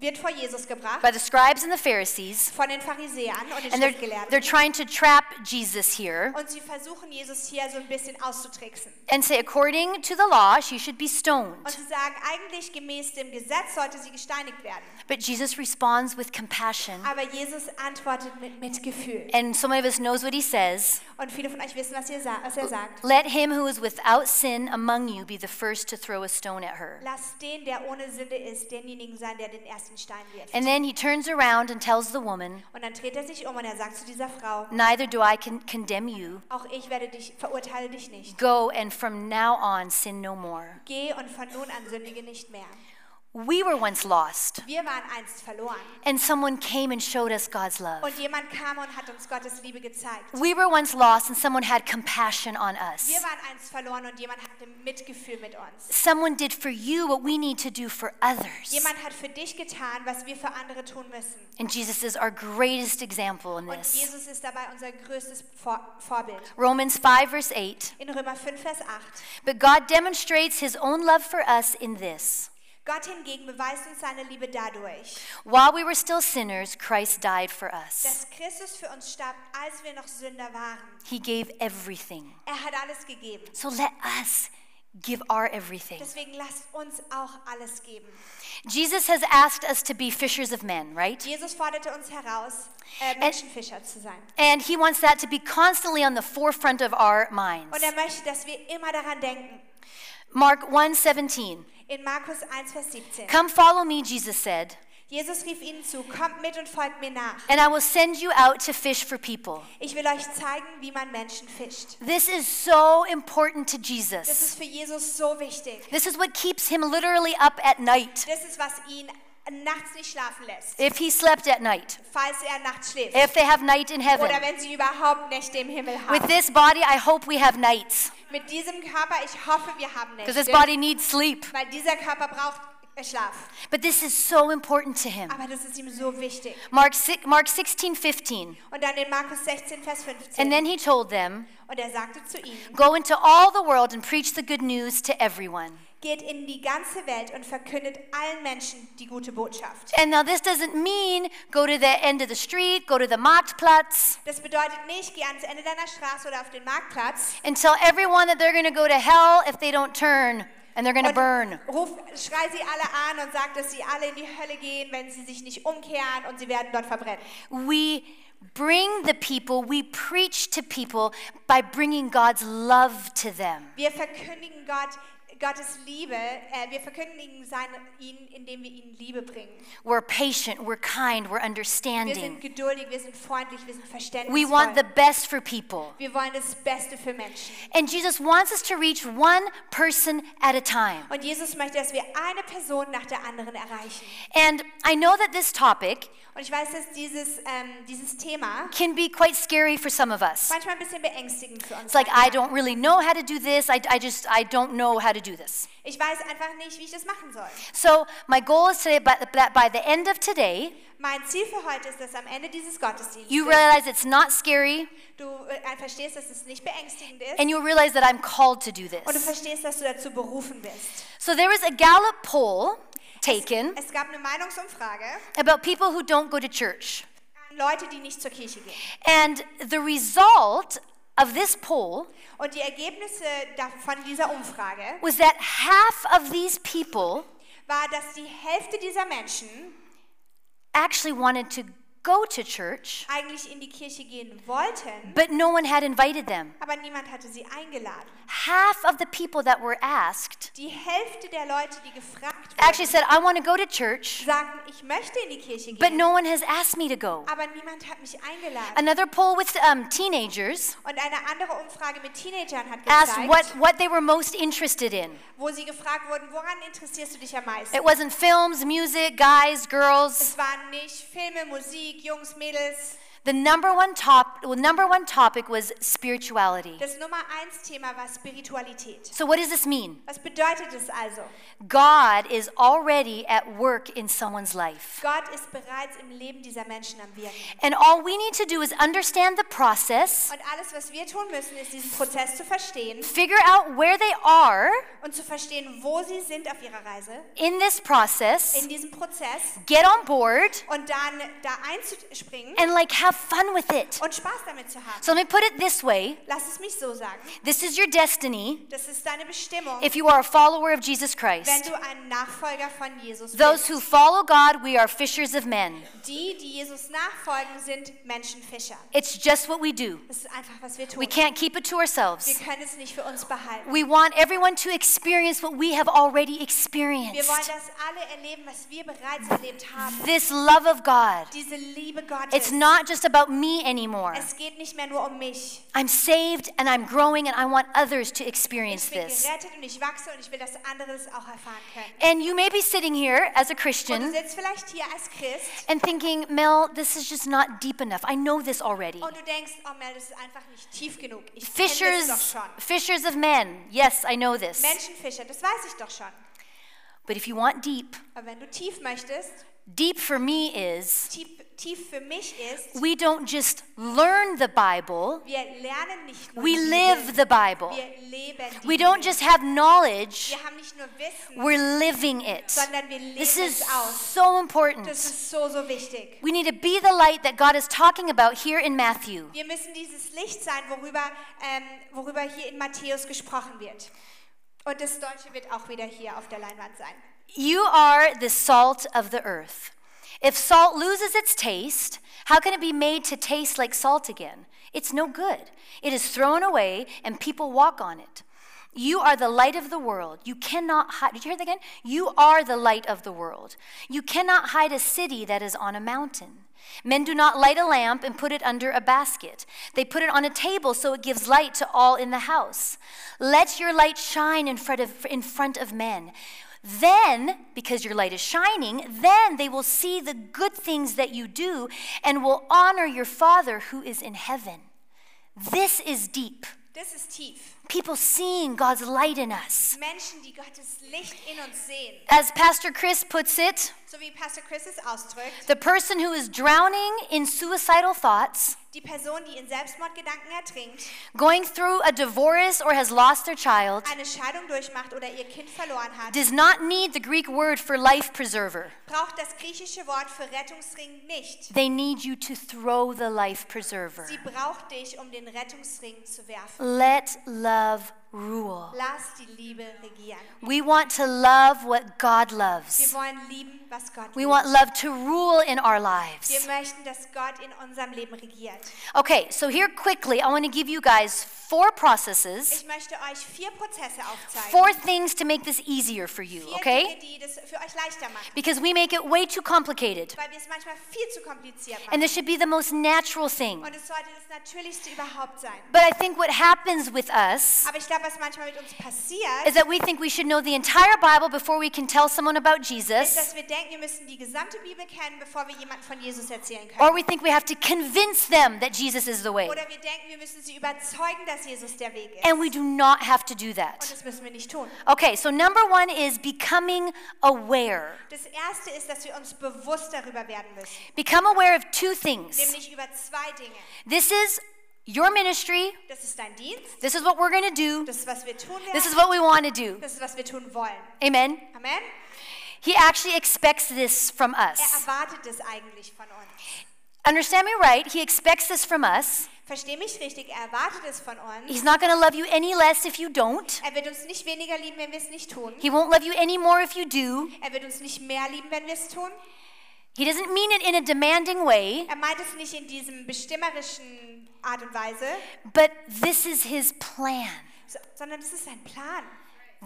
B: wird vor Jesus gebracht,
A: by the scribes and the Pharisees.
B: von den Pharisäern und den
A: And they're, they're
B: Schriftgelehrten.
A: trying to trap Jesus here
B: Und sie versuchen, Jesus hier so ein bisschen auszutricksen.
A: and say, according to the law, she should be
B: Und
A: stoned.
B: sie sagen, eigentlich gemäß dem Gesetz sollte sie gesteinigt werden.
A: But Jesus responds with compassion.
B: Aber Jesus antwortet mit Mitgefühl.
A: And so many of us knows what he says.
B: Und viele von euch wissen, was, ihr sa- was er sagt.
A: Let him who is without sin among you be the first to throw a stone at her.
B: Lass den, der ohne Sünde ist, denjenigen sein, der den ersten Stein wirft.
A: And then he turns around and tells the woman,
B: Und dann dreht er sich um und er sagt zu dieser Frau,
A: Neither do I con- condemn you.
B: auch ich werde dich, verurteile dich nicht.
A: Go and from now on sin no more.
B: Geh und von nun an sündige nicht mehr.
A: We were once lost,
B: Wir waren einst verloren.
A: and someone came and showed us God's love.
B: Und jemand kam und hat uns Gottes Liebe gezeigt.
A: We were once lost, and someone had compassion on
B: Wir
A: us.
B: waren einst verloren und jemand hatte Mitgefühl mit uns.
A: Someone did for you what we need to do for others.
B: Jemand hat für dich getan, was wir für andere tun müssen.
A: And Jesus is our greatest example in
B: Und
A: this.
B: Jesus ist dabei unser größtes Vor Vorbild.
A: Romans 5, verse 8.
B: In Römer 5, Vers 8.
A: But God demonstrates his own love for us in this.
B: Gott hingegen beweist uns seine Liebe dadurch,
A: While we were still sinners, Christ died for us.
B: dass Christus für uns starb, als wir noch Sünder waren.
A: He gave everything.
B: Er hat alles gegeben.
A: So let us give our everything.
B: Deswegen lasst uns auch alles geben.
A: Jesus has asked us to be fishers of men, right?
B: Jesus forderte uns heraus, äh, Menschenfischer zu sein.
A: And he wants that to be constantly on the forefront of our minds.
B: Und er möchte, dass wir immer daran denken.
A: Mark 1:17.
B: In Markus 1, Vers 17.
A: Come follow me, Jesus said,
B: Jesus rief ihnen zu, kommt mit und folgt mir nach.
A: and I will send you out to fish for people.
B: Ich will euch zeigen, wie man Menschen fischt.
A: This is so important to
B: Das
A: Jesus.
B: ist für Jesus so wichtig.
A: This is what keeps him literally up at night.
B: Das ist, was ihn nachts nicht schlafen lässt,
A: If he slept at night,
B: falls er nachts schläft.
A: if they have night in heaven.
B: Oder wenn sie überhaupt Nächte im Himmel
A: With
B: haben.
A: this body, I hope we have nights
B: Mit diesem Körper, ich hoffe, wir haben
A: because this
B: Nächte.
A: body needs sleep.
B: Weil dieser Körper braucht Schlaf.
A: But this is so important to him.
B: Aber das ist ihm so wichtig.
A: Mark, six, Mark 16, 15.
B: Und dann in Markus 16, Vers 15.
A: And then he told them,
B: und er sagte zu ihnen,
A: Go into all the world and preach the good news to everyone.
B: geht in die ganze Welt und verkündet allen Menschen die gute Botschaft.
A: And now this doesn't mean go to the end of the street, go to the Marktplatz,
B: Das bedeutet nicht, geh ans Ende deiner Straße oder auf den Marktplatz
A: and tell everyone that they're going to go to hell if they don't turn and they're going to
B: und
A: burn.
B: ruf, schrei sie alle an und sag, dass sie alle in die Hölle gehen, wenn sie sich nicht umkehren und sie werden dort verbrennen.
A: We bring the people, we preach to people by bringing God's love to them.
B: Wir verkündigen Gott, Gottes Liebe, äh, wir verkündigen sein, ihn, indem wir ihnen Liebe bringen.
A: We're patient, we're kind, we're
B: Wir sind
A: understanding.
B: geduldig, wir sind freundlich, wir sind
A: We want the
B: verständnisvoll.
A: best for people.
B: Wir wollen das Beste für Menschen.
A: And Jesus wants us to reach one person at a time.
B: Und Jesus möchte, dass wir eine Person nach der anderen erreichen.
A: And I know that this topic
B: Und ich weiß, dass dieses, ähm, dieses Thema
A: can be quite scary for some of us.
B: manchmal ein bisschen beängstigend für uns
A: It's like,
B: sein
A: I
B: kann.
A: don't really know how to do this. I, I just, I don't know how to do this.
B: Ich weiß einfach nicht, wie ich das machen soll.
A: So, my goal is today by the, that by the end of today,
B: Mein Ziel für heute ist, dass am Ende dieses Gottesdienstes
A: you realize it's not scary
B: du äh, verstehst, dass es nicht beängstigend ist
A: and you'll realize that I'm called to do
B: und du
A: this.
B: verstehst, dass du dazu berufen bist.
A: So, there was a Gallup poll taken
B: Es gab eine Meinungsumfrage
A: about people who don't go to church.
B: an Leute, die nicht zur Kirche gehen.
A: And the result of this poll
B: Und die Ergebnisse da- von dieser Umfrage
A: was that half of these people
B: war, dass die Hälfte dieser Menschen
A: actually wanted to go to church,
B: eigentlich in die Kirche gehen wollten,
A: but no one had invited them.
B: aber niemand hatte sie eingeladen.
A: Half of the people that were asked
B: Die Hälfte der Leute, die gefragt gefragt
A: actually
B: wurden,
A: said, I want to go to church,
B: sagten, ich möchte in die Kirche
A: but
B: gehen,
A: no one has asked me to go.
B: aber niemand hat mich eingeladen.
A: Another poll with um, teenagers
B: Und eine andere Umfrage mit Teenagern hat
A: asked what,
B: gezeigt,
A: what they were most interested in.
B: wo sie gefragt wurden, woran interessierst du dich am meisten?
A: It wasn't films, music, guys, girls.
B: Es waren nicht Filme, Musik, Jungs, Mädels.
A: The number one, top, well, number one topic was spirituality.
B: Das Nummer eins Thema war Spiritualität.
A: So, what does this mean?
B: Was bedeutet es also?
A: God is already at work in someone's life.
B: Gott ist bereits im Leben dieser Menschen am Wirken.
A: And all we need to do is understand the process,
B: Und alles, was wir tun müssen, ist diesen Prozess zu verstehen
A: figure out where they are
B: und zu verstehen, wo sie sind auf ihrer Reise,
A: in this process,
B: in diesem Prozess
A: get on board,
B: und dann da einzuspringen
A: and like have fun with it.
B: und Spaß damit zu haben.
A: So, let me put it this way
B: Lass es mich so sagen.
A: this is your destiny.
B: Das ist deine Bestimmung,
A: if you are a follower of Jesus
B: wenn
A: Christ.
B: du ein Nachfolger von Jesus
A: Those
B: bist.
A: who follow God, we are fishers of men.
B: Die, die Jesus nachfolgen, sind Menschenfischer.
A: It's just what we do.
B: Das ist einfach, was wir tun.
A: We can't keep it to
B: Wir
A: ourselves.
B: können es nicht für uns behalten.
A: We want everyone to experience what we have already
B: Wir wollen,
A: experienced
B: dass alle erleben, was wir bereits erlebt haben.
A: this love of God.
B: Diese Liebe Gottes.
A: It's not just about me anymore.
B: es geht nicht mehr nur um mich.
A: I'm saved and I'm growing, and I want others to experience
B: Ich bin
A: this.
B: gerettet und ich wachse und ich will, dass andere es auch erfahren können.
A: And you may be sitting here as a
B: Und du
A: Christian
B: sitzt vielleicht hier als Christ
A: and thinking, Mel, this is just not deep enough. I know this already.
B: und du denkst, oh Mel, das ist einfach nicht tief genug. Ich kenne das doch
A: Fishers,
B: schon.
A: fishers of men. Yes, I know this.
B: Menschenfischer, das weiß ich doch schon.
A: But if you want deep,
B: Aber wenn du tief möchtest,
A: deep for me is
B: tief, tief für mich ist,
A: we don't just learn the Bible,
B: wir lernen nicht nur
A: we
B: die
A: live
B: Bibel,
A: the Bible.
B: wir leben die
A: We don't
B: Bibel.
A: just have knowledge,
B: Wir haben nicht nur Wissen,
A: we're living it.
B: sondern wir leben
A: This is
B: es aus.
A: so
B: Das
A: important.
B: ist so, so wichtig.
A: We need to be the light that God is talking about here in Matthew.
B: Wir müssen dieses Licht sein, worüber, ähm, worüber hier in Matthäus gesprochen wird. Und das Deutsche wird auch wieder hier auf der Leinwand sein.
A: You are the salt of the earth. If salt loses its taste, how can it be made to taste like salt again? It's no good. It is thrown away and people walk on it. You are the light of the world. You cannot hide. Did you hear that again? You are the light of the world. You cannot hide a city that is on a mountain. Men do not light a lamp and put it under a basket. They put it on a table so it gives light to all in the house. Let your light shine in front of, in front of men. Then, because your light is shining, then they will see the good things that you do and will honor your Father who is in heaven. This is deep.
B: Das ist tief.
A: People seeing God's light in us.
B: Menschen, die Gottes Licht in uns sehen.
A: As Pastor Chris puts it,
B: So wie Pastor Chris es ausdrückt,
A: the person who is drowning in suicidal thoughts,
B: die Person, die in Selbstmordgedanken ertrinkt,
A: going through a divorce or has lost their child,
B: eine Scheidung durchmacht oder ihr Kind verloren hat,
A: does not need the Greek word for life preserver.
B: braucht das griechische Wort für Rettungsring nicht.
A: They need you to throw the life preserver.
B: Sie braucht dich, um den Rettungsring zu werfen.
A: Let love rule.
B: Lass die Liebe regieren.
A: We want to love what God
B: Wir
A: loves.
B: wollen lieben, was Gott
A: We
B: will.
A: want love to rule in our
B: Wir
A: lives.
B: möchten, dass Gott in unserem Leben regiert.
A: Okay, so here quickly, I want to give you guys four processes,
B: Ich möchte euch vier Prozesse aufzeigen.
A: four things to make this easier for you,
B: vier Dinge,
A: okay?
B: die das für euch leichter machen,
A: Because we make it way too complicated.
B: weil wir es manchmal viel zu kompliziert
A: And
B: machen.
A: this should be the most natural thing.
B: Und es sollte das Natürlichste überhaupt sein.
A: But I think what happens with us
B: Aber ich glaube, was manchmal mit uns passiert,
A: is that we think we should know the entire Bible before we can tell someone about
B: ist,
A: Jesus,
B: dass wir denken, wir müssen die gesamte Bibel kennen, bevor wir jemand von Jesus erzählen können.
A: or we think we have to convince them that Jesus is the way.
B: Oder wir denken, wir müssen sie überzeugen, dass Jesus der Weg ist.
A: And we do not have to do that.
B: Und das müssen wir nicht tun.
A: Okay, so number one is becoming aware.
B: Das Erste ist, dass wir uns bewusst darüber werden müssen,
A: Become aware of two things.
B: nämlich über zwei Dinge.
A: This is your ministry.
B: Das ist dein Dienst,
A: This is what we're going to do.
B: das ist, was wir tun
A: This
B: werden,
A: is what we want to do.
B: das ist, was wir tun wollen.
A: Amen.
B: Amen.
A: He actually expects this from
B: Er
A: us.
B: erwartet es eigentlich von uns.
A: Understand me right. He expects this from us.
B: Versteh mich richtig, er erwartet es von uns.
A: He's not going to love you any less if you don't.
B: Er wird uns nicht weniger lieben, wenn wir es nicht tun.
A: He won't love you any more if you do.
B: Er wird uns nicht mehr lieben, wenn wir es tun.
A: He doesn't mean it in a demanding way,
B: Er meint es nicht in diesem bestimmerischen Art und Weise,
A: but this is his plan.
B: so- sondern es ist sein Plan.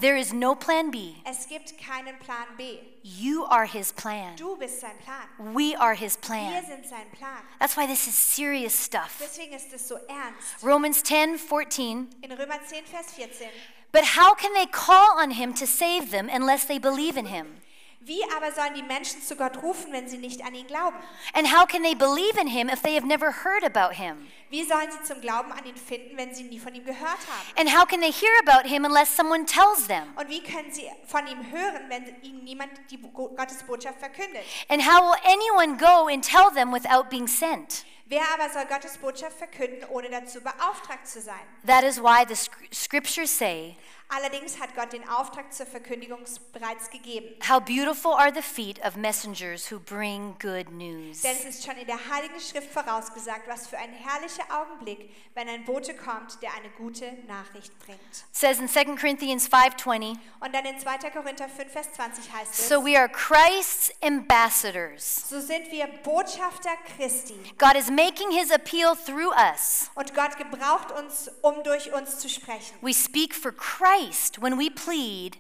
A: There is no plan B.
B: Es gibt keinen Plan B.
A: You are his plan.
B: Du bist sein Plan.
A: We are his
B: Wir
A: plan.
B: sind sein Plan.
A: That's why this is serious stuff.
B: Deswegen ist es so ernst.
A: Romans 10 14.
B: In Römer 10, Vers 14.
A: But how can they call on him to save them unless they believe in him?
B: Wie aber sollen die Menschen zu Gott rufen, wenn sie nicht an ihn glauben?
A: And how can they believe in him if they have never heard about him?
B: Wie sollen sie zum Glauben an ihn finden, wenn sie nie von ihm gehört haben?
A: And how can they hear about him unless someone tells them?
B: Und wie können sie von ihm hören, wenn ihnen niemand die Bo- Gottes Botschaft verkündet?
A: And how will anyone go and tell them without being sent?
B: Wer aber soll Gottes Botschaft verkünden, ohne dazu beauftragt zu sein?
A: That is why the sc- scriptures say,
B: Allerdings hat Gott den Auftrag zur Verkündigung bereits gegeben.
A: How beautiful are the feet of messengers who bring good news.
B: Denn es ist schon in der Heiligen Schrift vorausgesagt, was für ein herrlicher Augenblick, wenn ein Bote kommt, der eine gute Nachricht bringt.
A: says in 2 Corinthians 5:20,
B: Und dann in 2. Korinther 5, Vers 20 heißt es,
A: so we are Christ's ambassadors.
B: so sind wir Botschafter Christi.
A: God is making his appeal through us.
B: Und Gott gebraucht uns, um durch uns zu sprechen.
A: We speak for Christ when we plead,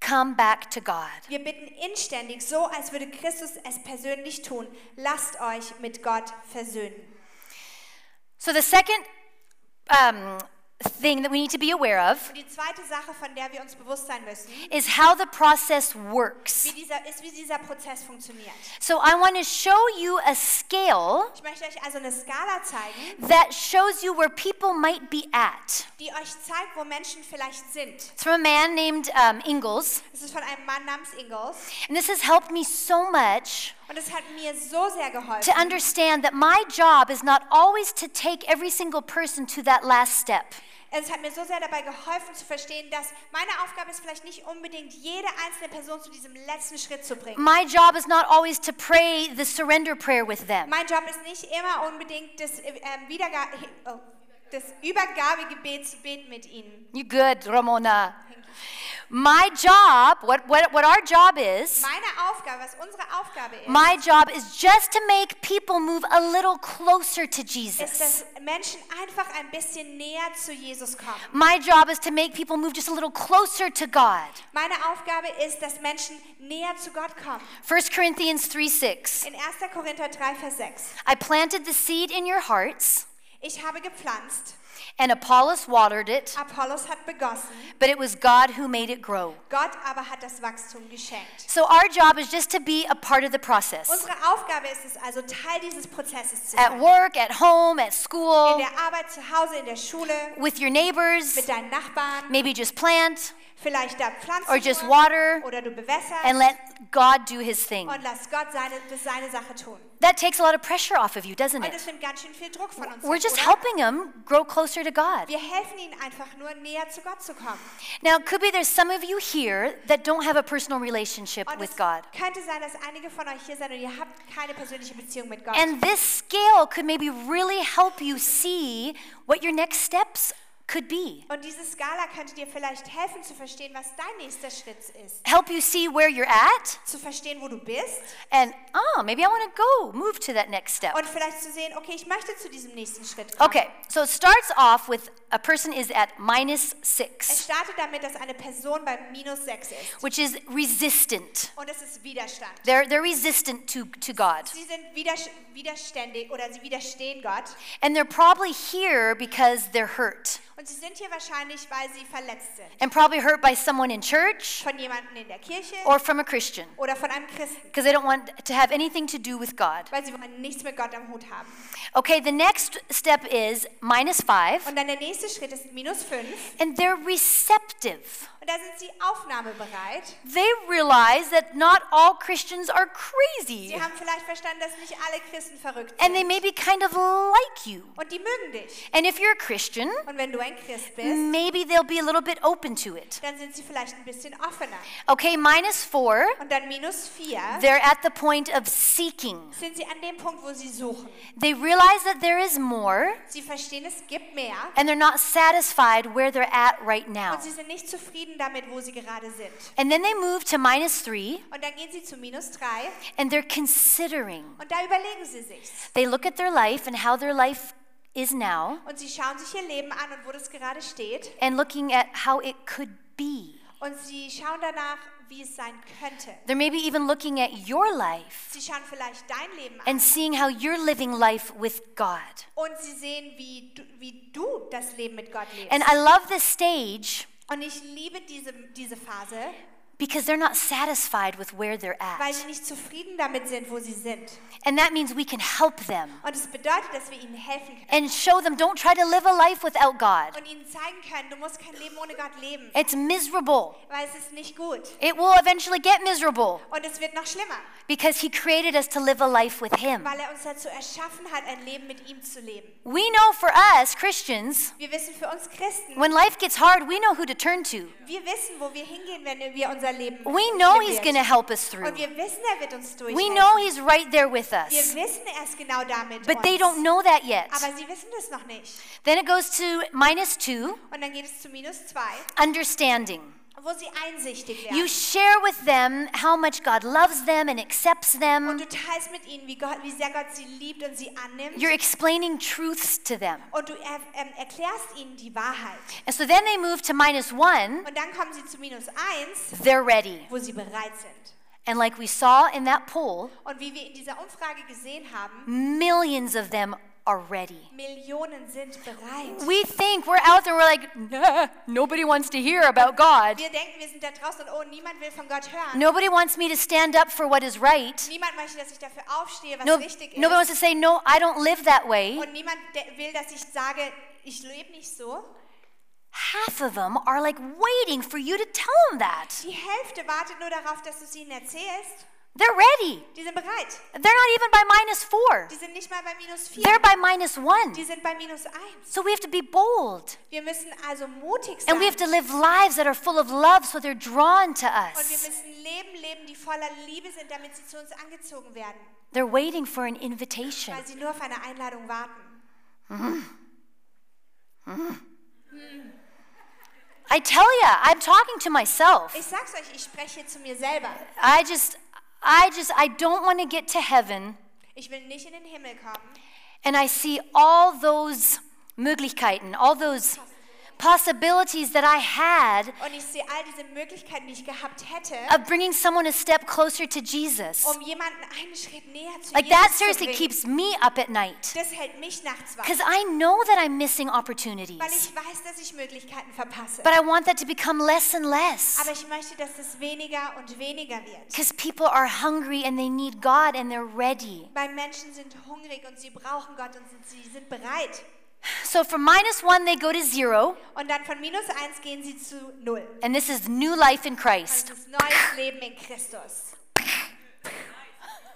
A: come back to God.
B: Wir bitten inständig, so als würde Christus es persönlich tun. Lasst euch mit Gott versöhnen.
A: So the second um, thing that we need to be aware of
B: Und die zweite Sache, von der wir uns bewusst sein müssen,
A: is how the process works.
B: wie dieser, ist, wie dieser Prozess funktioniert.
A: So I want to show you a scale
B: Ich möchte euch also eine Skala zeigen,
A: that shows you where people might be at.
B: die euch zeigt, wo Menschen vielleicht sind.
A: It's from a man named um, Ingalls,
B: Es ist von einem Mann namens Ingalls.
A: and this has helped me so much
B: Und es hat mir so sehr
A: to
B: geholfen,
A: understand that my job is not always to take every single person to that last step.
B: es hat mir so sehr dabei geholfen zu verstehen, dass meine Aufgabe ist vielleicht nicht unbedingt, jede einzelne Person zu diesem letzten Schritt zu bringen.
A: My job is not always to pray the surrender prayer with them.
B: Mein Job ist nicht immer unbedingt das, äh, ähm, Wiederga oh, das Übergabegebet zu beten mit ihnen.
A: You good, Ramona? My job, what, what, what our job is,
B: Meine Aufgabe, was unsere Aufgabe ist,
A: my job is just to make people move a little closer to
B: ist,
A: Jesus.
B: dass Menschen einfach ein bisschen näher zu Jesus kommen.
A: My job is to make people move just a little closer to God.
B: Meine Aufgabe ist, dass Menschen näher zu Gott kommen.
A: 1 Corinthians 3 6.
B: In 1. Korinther 3, Vers 6.
A: I planted the seed in your hearts,
B: Ich habe gepflanzt,
A: and Apollos watered it,
B: Apollos hat begossen,
A: but it was God who made it grow.
B: Gott aber hat das Wachstum geschenkt.
A: So our job is just to be a part of the process.
B: Unsere Aufgabe ist es also, Teil dieses Prozesses zu
A: At
B: sein.
A: work, at home, at
B: In
A: school,
B: der Arbeit, zu Hause, in der Schule,
A: with your neighbors,
B: mit deinen Nachbarn,
A: maybe just plant
B: vielleicht da pflanzen
A: or just
B: nur,
A: water
B: oder du bewässerst
A: and let God do his thing.
B: und lass Gott seine, das seine Sache tun.
A: That takes a lot of pressure off of you, doesn't
B: Und
A: it?
B: das nimmt ganz schön viel Druck von uns.
A: We're
B: weg,
A: just
B: oder?
A: helping them grow closer to God.
B: Wir helfen ihnen einfach nur, näher zu Gott zu kommen.
A: Now, it could be there's some of you here that don't have a personal relationship
B: Und
A: with
B: es
A: God.
B: könnte sein, dass einige von euch hier sind und ihr habt keine persönliche Beziehung mit Gott.
A: And this scale could maybe really help you see what your next steps could be.
B: Und diese Skala könnte dir vielleicht helfen zu verstehen, was dein nächster Schritt ist.
A: Help you see where you're at
B: Zu verstehen, wo du bist
A: and, ah, maybe I want to go, move to that next step.
B: und vielleicht zu sehen, okay, ich möchte zu diesem nächsten Schritt kommen.
A: Okay, so it starts off with a person is at minus
B: Es
A: six,
B: startet damit, dass eine Person bei minus 6 ist.
A: which is resistant.
B: Und es ist Widerstand.
A: They're, they're resistant to, to God.
B: Sie sind widersch- widerständig oder sie widerstehen Gott.
A: And they're probably here because they're hurt.
B: Und sie sind hier wahrscheinlich, weil sie verletzt sind.
A: And probably hurt by someone in church
B: Von jemandem in der Kirche
A: or from a Christian
B: oder von einem Christen.
A: because they don't want to have anything to do with God.
B: Weil sie wollen nichts mit Gott am Hut haben.
A: Okay, the next step is minus five,
B: Und dann der nächste Schritt ist minus 5.
A: and they're receptive.
B: Und da sind sie aufnahmebereit.
A: They realize that not all Christians are crazy,
B: Sie haben vielleicht verstanden, dass nicht alle Christen verrückt
A: and they
B: sind.
A: maybe kind of like you.
B: Und die mögen dich.
A: And if you're a Christian,
B: Und wenn du ein Christ bist,
A: maybe they'll be a little bit open to it.
B: dann sind sie vielleicht ein bisschen offener.
A: Okay, minus four,
B: Und dann minus 4
A: they're at the point of seeking.
B: sind sie an dem Punkt, wo sie suchen.
A: They realize that there is more,
B: Sie verstehen, es gibt mehr.
A: and they're not satisfied where they're at right now.
B: Und sie sind nicht zufrieden damit, wo sie gerade sind.
A: And then they move to minus three,
B: Und dann gehen sie zu minus 3
A: and they're considering.
B: und da überlegen sie sich's.
A: They look at their life and how their life is now
B: Und sie schauen sich ihr Leben an und wo das gerade steht
A: and looking at how it could be.
B: und sie schauen danach, wie es sein könnte.
A: They're maybe even looking at your life
B: Sie schauen vielleicht dein Leben an
A: and seeing how you're living life with God.
B: und sie sehen, wie du, wie du das Leben mit Gott lebst.
A: And I love this stage
B: Und ich liebe diese, diese Phase,
A: because they're not satisfied with where they're
B: weil
A: at.
B: sie nicht zufrieden damit sind, wo sie sind.
A: And that means we can help them
B: Und es bedeutet, dass wir ihnen helfen können
A: and show them don't try to live a life without God.
B: und ihnen zeigen können, du musst kein Leben ohne Gott leben,
A: It's miserable.
B: weil es ist nicht gut.
A: It will eventually get miserable
B: Und es wird noch schlimmer,
A: because He created us to live a life with Him.
B: weil er uns dazu erschaffen hat, ein Leben mit ihm zu leben.
A: We know for us, Christians,
B: Wir wissen für uns Christen,
A: when life gets hard, we know who to turn to.
B: wir wissen, wo wir hingehen, wenn wir unser Leben
A: We know
B: leben
A: He's
B: wird.
A: going to help us through.
B: Und wir wissen, er wird uns
A: We
B: durchhelfen.
A: know He's right there with
B: Wir
A: us.
B: wissen erst genau damit.
A: But they
B: uns.
A: don't know that yet.
B: Aber sie wissen das noch nicht.
A: Then it goes to minus two
B: Und dann geht es zu minus zwei,
A: understanding.
B: wo sie einsichtig werden.
A: You share with them how much God loves them and accepts
B: Und
A: them.
B: du teilst mit ihnen, wie, Gott, wie sehr Gott sie liebt und sie annimmt.
A: You're explaining truths to them.
B: und du er, ähm, erklärst ihnen die Wahrheit.
A: And so then they move to minus one,
B: Und dann kommen sie zu minus eins,
A: they're ready.
B: wo sie bereit sind.
A: And like we saw in that poll,
B: Und wie wir in dieser Umfrage gesehen haben,
A: millions of them are ready.
B: Millionen sind bereit.
A: We think we're out there, we're like, nah, nobody wants to hear about God.
B: Wir denken, wir sind da draußen und oh, niemand will von Gott hören.
A: Nobody wants me to stand up for what is right.
B: Niemand möchte, dass ich dafür aufstehe, was
A: No,
B: richtig
A: nobody
B: ist.
A: wants to say, no, I don't live that way.
B: und niemand de- will, dass ich sage, ich lebe nicht so.
A: Half of them are like waiting for you to tell them that.
B: Die Hälfte wartet nur darauf, dass du es ihnen erzählst.
A: They're ready.
B: Die sind bereit.
A: They're not even by minus four,
B: Die sind nicht mal bei minus vier.
A: they're by minus one.
B: Die sind bei minus eins.
A: So we have to be bold
B: Wir müssen also mutig sein.
A: and we have to live lives that are full of love so they're drawn to
B: Und wir
A: us.
B: müssen Leben leben, die voller Liebe sind, damit sie zu uns angezogen werden,
A: They're waiting for an invitation.
B: weil sie nur auf eine Einladung warten.
A: I tell you, I'm talking to myself.
B: Ich sag's euch, ich spreche zu mir selber.
A: I just, I just, I don't want to get to heaven
B: Ich will nicht in den Himmel kommen
A: and I see all those Möglichkeiten, all those possibilities that I had
B: und ich sehe all diese Möglichkeiten, die ich gehabt hätte,
A: of bringing someone a step closer to Jesus.
B: um jemanden einen Schritt näher zu
A: Like that
B: Jesus zu
A: seriously
B: bringen.
A: keeps me up at night
B: das hält mich nachts wach,
A: because I know that I'm missing
B: weil
A: opportunities.
B: ich weiß, dass ich Möglichkeiten verpasse.
A: But I want that to become less and less
B: Aber ich möchte, dass es weniger und weniger wird.
A: because people are hungry and they need God and they're ready.
B: Weil Menschen sind hungrig und sie brauchen Gott und sind, sie sind bereit.
A: So from minus one, they go to zero,
B: Und dann von minus eins gehen sie zu null.
A: and this is new life in
B: Das
A: Christ.
B: ist neues Leben in Christus.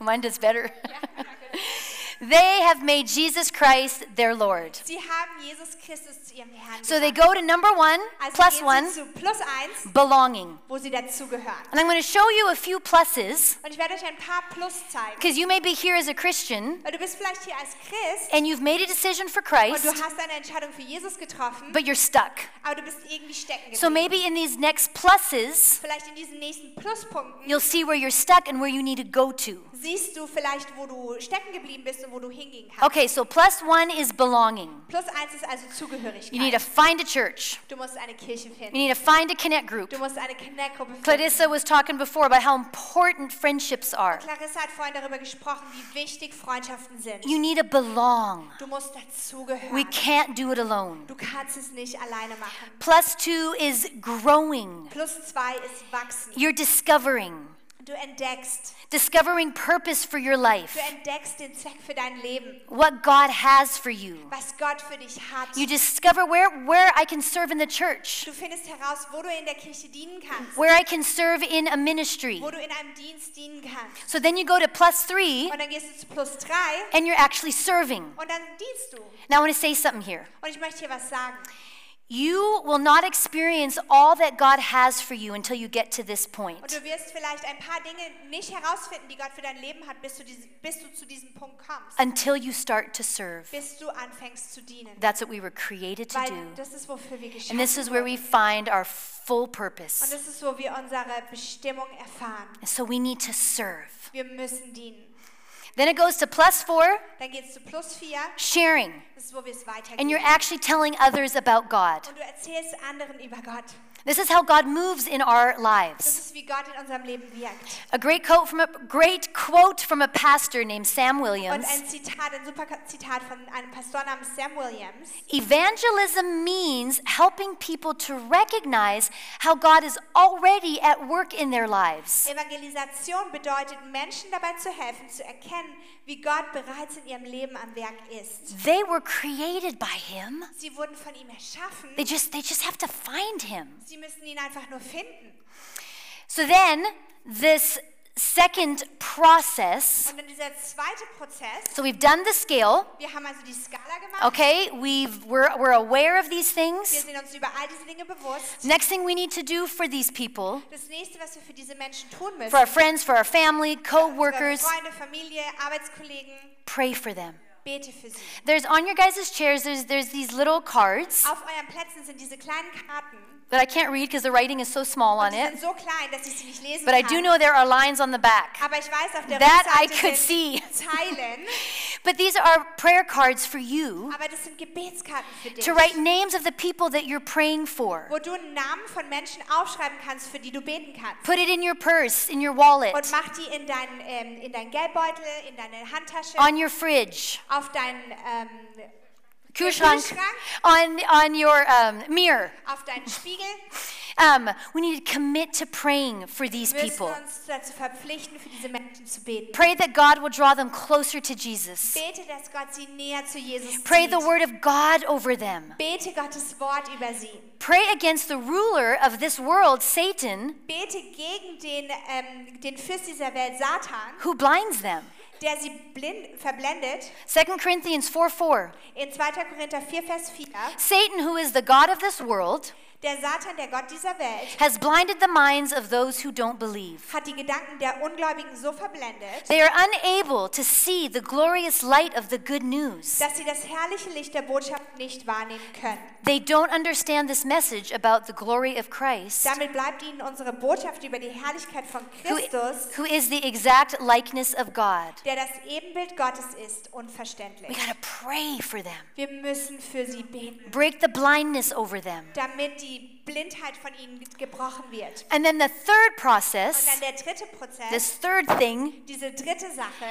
A: Mine does better. they have made Jesus Christ their Lord.
B: Sie haben Jesus Christus zu ihrem Herrn.
A: So they
B: gemacht.
A: go to number one,
B: also
A: plus
B: gehen
A: one,
B: Sie zu plus eins,
A: belonging.
B: wo sie dazugehören.
A: And I'm going to show you a few pluses
B: Und ich werde euch ein paar Plus zeigen.
A: because you may be here as a Christian
B: Weil du bist vielleicht hier als Christ
A: and you've made a decision for
B: und
A: Christ,
B: du hast eine Entscheidung für Jesus getroffen,
A: but you're stuck.
B: aber du bist irgendwie stecken geblieben.
A: So maybe in these next pluses,
B: vielleicht in diesen nächsten Pluspunkten
A: you'll see where you're stuck and where you need to go to.
B: siehst du vielleicht, wo du stecken geblieben bist und wo du hingehen kannst.
A: Okay, so plus one is belonging.
B: Plus eins ist also
A: You need
B: Zugehörigkeit.
A: to find a church.
B: Du musst eine Kirche
A: You
B: finden.
A: need to find a connect group.
B: Du musst eine Kindergruppe finden.
A: Clarissa was talking before about how important friendships are.
B: Clarissa hat vorhin darüber gesprochen, wie wichtig Freundschaften sind.
A: You need to belong.
B: Du musst dazugehören.
A: We can't do it alone.
B: Du kannst es nicht alleine machen.
A: Plus two is growing.
B: Plus zwei ist wachsen.
A: You're discovering.
B: Du entdeckst.
A: Discovering purpose for your life.
B: Du entdeckst den Zweck für dein Leben,
A: What God has for you.
B: was Gott für dich hat.
A: You discover where, where I can serve in the church,
B: Du findest heraus, wo du in der Kirche dienen kannst,
A: where I can serve in a ministry.
B: wo du in einem Dienst dienen kannst.
A: So then you go to plus three
B: Und dann gehst du zu plus drei
A: and you're actually serving.
B: und dann dienst du.
A: Now I want to say something here.
B: Und ich möchte hier was sagen.
A: You will not experience all that God has for you until you get to this
B: Und
A: point.
B: du wirst vielleicht ein paar Dinge nicht herausfinden, die Gott für dein Leben hat, bis du, diese, bis du zu diesem Punkt kommst,
A: Until you start to serve.
B: bis du anfängst zu dienen.
A: That's what we were created to
B: Weil
A: do.
B: das ist, wofür wir
A: And
B: geschaffen
A: this is where we
B: wurden.
A: find our full
B: Und
A: purpose.
B: das ist, wo wir unsere Bestimmung erfahren.
A: And so we need to serve.
B: Wir müssen dienen.
A: Then it goes to plus four,
B: Dann geht es zu plus 4,
A: sharing.
B: das ist, wo wir es
A: And
B: weitergeben.
A: you're actually telling others about God.
B: Und du erzählst anderen über Gott.
A: This is how God moves in our
B: Das
A: lives.
B: ist, wie Gott in unserem Leben wirkt.
A: A great quote from a great quote from a pastor named Sam
B: Und
A: Williams.
B: ein Zitat, ein super Zitat von einem Pastor namens Sam Williams.
A: Evangelism means helping people to recognize how God is already at work in their lives.
B: Evangelisation bedeutet, Menschen dabei zu helfen, zu erkennen, wie Gott bereits in ihrem Leben am Werk ist.
A: They were created by him.
B: Sie wurden von ihm erschaffen.
A: They just they just have to find him.
B: Sie müssen ihn einfach nur finden.
A: So then this second process,
B: Und dann dieser zweite Prozess.
A: so we've done the scale,
B: Wir haben also die Skala gemacht.
A: okay? We've we're we're aware of these
B: Wir
A: things.
B: sind uns über all diese Dinge bewusst.
A: Next thing we need to do for these people,
B: Das nächste, was wir für diese Menschen tun müssen,
A: for our friends, for our family,
B: unsere
A: co-workers,
B: Freunde, Familie, Arbeitskollegen,
A: pray for them.
B: bete für sie.
A: There's on your guys' chairs, there's there's these little cards.
B: Auf euren Plätzen sind diese kleinen Karten.
A: that I can't read because the writing is so small
B: Und
A: on
B: die sind
A: it.
B: so klein, dass ich sie nicht lesen
A: But I do
B: kann.
A: know there are lines on the back.
B: Aber ich weiß, auf der
A: That I
B: Rückseite
A: could
B: sind
A: see.
B: Zeilen.
A: But these are prayer cards for you
B: Aber das sind Gebetskarten für dich,
A: to write names of the people that you're praying for.
B: wo du einen Namen von Menschen aufschreiben kannst, für die du beten kannst.
A: Put it in your purse, in your wallet,
B: Und mach die in deinen, ähm, in deinen Geldbeutel, in deine Handtasche,
A: on your fridge,
B: auf deinen, ähm,
A: Kühlschrank,
B: Kühlschrank.
A: on, on your um, mirror.
B: auf deinen Spiegel.
A: Um, we need to commit to praying for these
B: Wir müssen
A: people.
B: uns dazu verpflichten, für diese Menschen zu beten.
A: Pray that God will draw them closer to Jesus.
B: Bete, dass Gott sie näher zu Jesus
A: Pray
B: zieht.
A: the word of God over them.
B: Bete Gottes Wort über sie.
A: Pray against the ruler of this world, Satan,
B: Bete gegen den, ähm, den Fürst dieser Welt, Satan,
A: who blinds them.
B: der sie blind, verblendet.
A: 2 Corinthians 4 4.
B: In 2. Korinther 4, Vers 4.
A: Satan, who is the God of this world,
B: Der Satan, der Gott dieser Welt,
A: has blinded the minds of those who don't believe.
B: hat die Gedanken der Ungläubigen so verblendet,
A: They are unable to see the glorious light of the good news.
B: dass sie das herrliche Licht der Botschaft nicht wahrnehmen können.
A: They don't understand this message about the glory of Christ,
B: Damit bleibt ihnen unsere Botschaft über die Herrlichkeit von
A: who,
B: Christus,
A: who is the exact likeness of God.
B: der das Ebenbild Gottes ist,
A: We
B: unverständlich.
A: got to pray for them,
B: Wir müssen für sie beten,
A: break the blindness over them.
B: damit die Blindheit von ihnen ge- gebrochen wird.
A: And then the third
B: Und dann
A: process,
B: der dritte Prozess,
A: this third thing,
B: diese dritte Sache,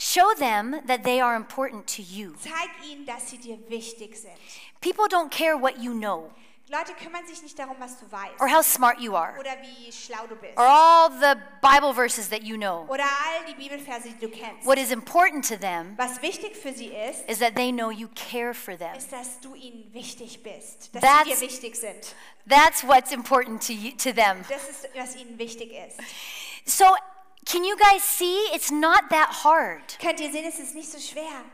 A: show them that they are important to you.
B: zeig ihnen, dass sie dir wichtig sind.
A: People don't care what you know
B: Leute kümmern sich nicht darum, was du weißt
A: or how smart you are.
B: oder wie schlau du bist
A: or
B: oder
A: all the Bible verses that you know.
B: all die Bibelverse, die du kennst.
A: What is important to them
B: Was wichtig für sie ist,
A: is that they know you care for them.
B: ist, dass du ihnen wichtig bist, dass sie
A: That's-
B: dir wichtig sind.
A: That's what's important to you, to them.
B: Das ist, was ihnen wichtig ist.
A: So, can you guys see it's not that hard.
B: Könnt ihr sehen, es ist nicht so schwer.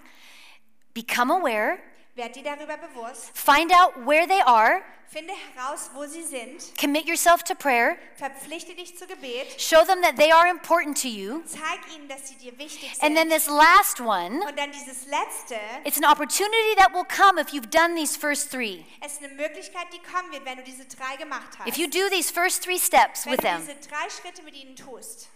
A: Become aware,
B: Werd dir darüber bewusst.
A: find out where they are,
B: Finde heraus, wo sie sind.
A: commit yourself to prayer,
B: Verpflichte dich zu Gebet.
A: show them that they are important to you,
B: Zeig ihnen, dass sie dir wichtig
A: and
B: sind.
A: then this last one,
B: Und dann dieses Letzte.
A: it's an opportunity that will come if you've done these first 3.
B: Es ist eine Möglichkeit, die kommen wird, wenn du diese drei gemacht hast.
A: If you do these first 3 steps
B: wenn
A: with
B: du
A: them,
B: diese drei Schritte mit ihnen tust,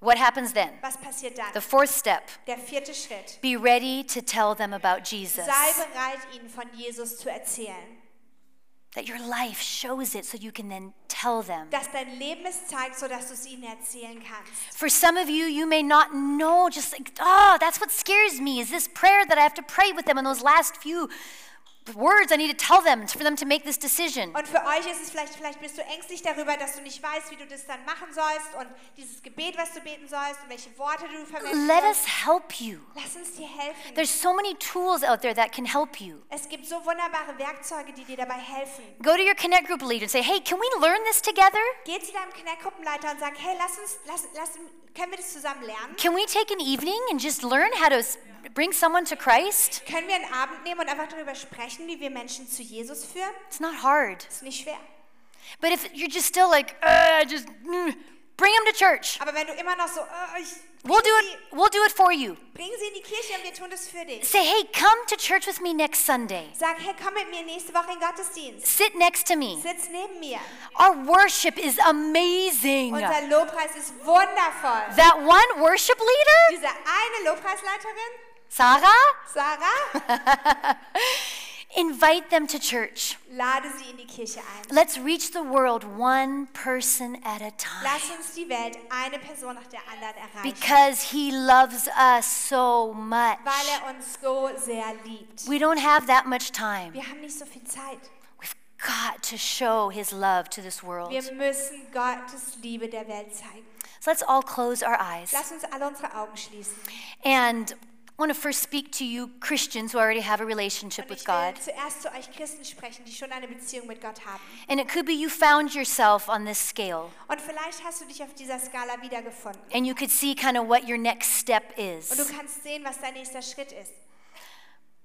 A: what happens then?
B: was passiert dann?
A: The fourth step,
B: Der vierte Schritt.
A: Be ready to tell them about Jesus.
B: Sei bereit, ihnen von Jesus zu erzählen.
A: That your life shows it so you can then tell them.
B: dass dein Leben es zeigt, sodass du es ihnen erzählen kannst.
A: For some of you, you may not know, just like, oh, that's what scares me is this prayer that I have to pray with them in those last few words I need to tell them for them to make this decision.
B: Und für euch ist es vielleicht, vielleicht bist du ängstlich darüber, dass du nicht weißt, wie du das dann machen sollst und dieses Gebet, was du beten sollst und welche Worte du verwenden
A: Let us
B: sollst.
A: help you.
B: Lass uns dir helfen.
A: There's so many tools out there that can help you.
B: es gibt so wunderbare Werkzeuge, die dir dabei helfen.
A: Go to your Connect Group leader and say, hey, can we learn this together?
B: Geh zu deinem Connect-Gruppenleiter und sag, hey, lass uns, lass, lass, können wir das zusammen lernen?
A: Can we take an evening and just learn how to s- bring someone to Christ?
B: Können wir einen Abend nehmen und einfach darüber sprechen, wie wir Menschen zu Jesus führen?
A: It's not hard.
B: Ist nicht schwer.
A: But if you're just still like, "Ugh, just mm," bring them to church.
B: Aber wenn du immer noch so, äh, ich,
A: We'll do it. We'll do it for you.
B: bring sie in die Kirche und wir tun das für dich.
A: Say, hey, come to church with me next Sunday.
B: Sag, hey, komm mit mir nächste Woche in den Gottesdienst.
A: Sit next to me.
B: Sitz neben mir.
A: Our worship is amazing.
B: Unser Lobpreis ist wundervoll.
A: That one worship leader,
B: Diese eine Lobpreisleiterin,
A: Sarah,
B: Sarah,
A: Invite them to church.
B: Lade sie in die Kirche ein.
A: Let's reach the world one person at a time
B: Lass uns die Welt eine Person nach der anderen erreichen,
A: because He loves us so much.
B: weil er uns so sehr liebt.
A: We don't have that much time.
B: Wir haben nicht so viel Zeit.
A: We've got to show His love to this world.
B: Wir müssen Gottes Liebe der Welt zeigen.
A: So let's all close our eyes.
B: Lass uns alle unsere Augen schließen.
A: And I want to first speak to you Christians who already have a relationship
B: Und
A: with
B: ich
A: God.
B: will zuerst zu euch Christen sprechen, die schon eine Beziehung mit Gott haben.
A: And it could be you found yourself on this scale
B: Und vielleicht hast du dich auf dieser Skala wiedergefunden.
A: and you could see kind of what your next step
B: Und du
A: is.
B: kannst sehen, was dein nächster Schritt ist.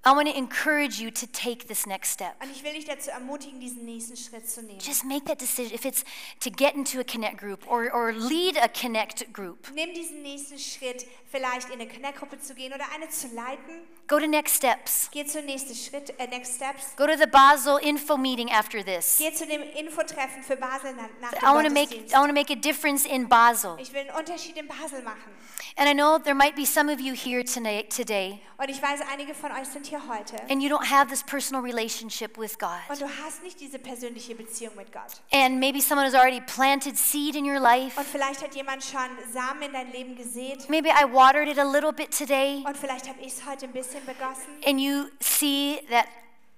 A: I want to encourage you to take this next step.
B: Und ich will dich dazu ermutigen, diesen nächsten Schritt zu nehmen.
A: Just make that decision if it's to get into a connect group or, or lead a connect group.
B: Nimm diesen nächsten Schritt, vielleicht in eine Connect-Gruppe zu gehen oder eine zu leiten.
A: Go to next steps.
B: Geh zu nächsten Schritt, äh, Next Steps.
A: Go to the Basel info meeting after this.
B: Geh zu dem Infotreffen für Basel na- nach
A: I want to
B: dem
A: make
B: Gottesdienst.
A: I want to make a difference in Basel.
B: Ich will einen Unterschied in Basel machen.
A: And I know there might be some of you here tonight today
B: Und ich weiß, einige von euch sind hier heute.
A: and you don't have this personal relationship with God.
B: Und du hast nicht diese persönliche Beziehung mit Gott.
A: And maybe someone has already planted seed in your life.
B: Und vielleicht hat jemand schon Samen in dein Leben gesät.
A: Maybe I watered it a little bit today
B: Und vielleicht habe ich es heute ein bisschen begossen.
A: and you see that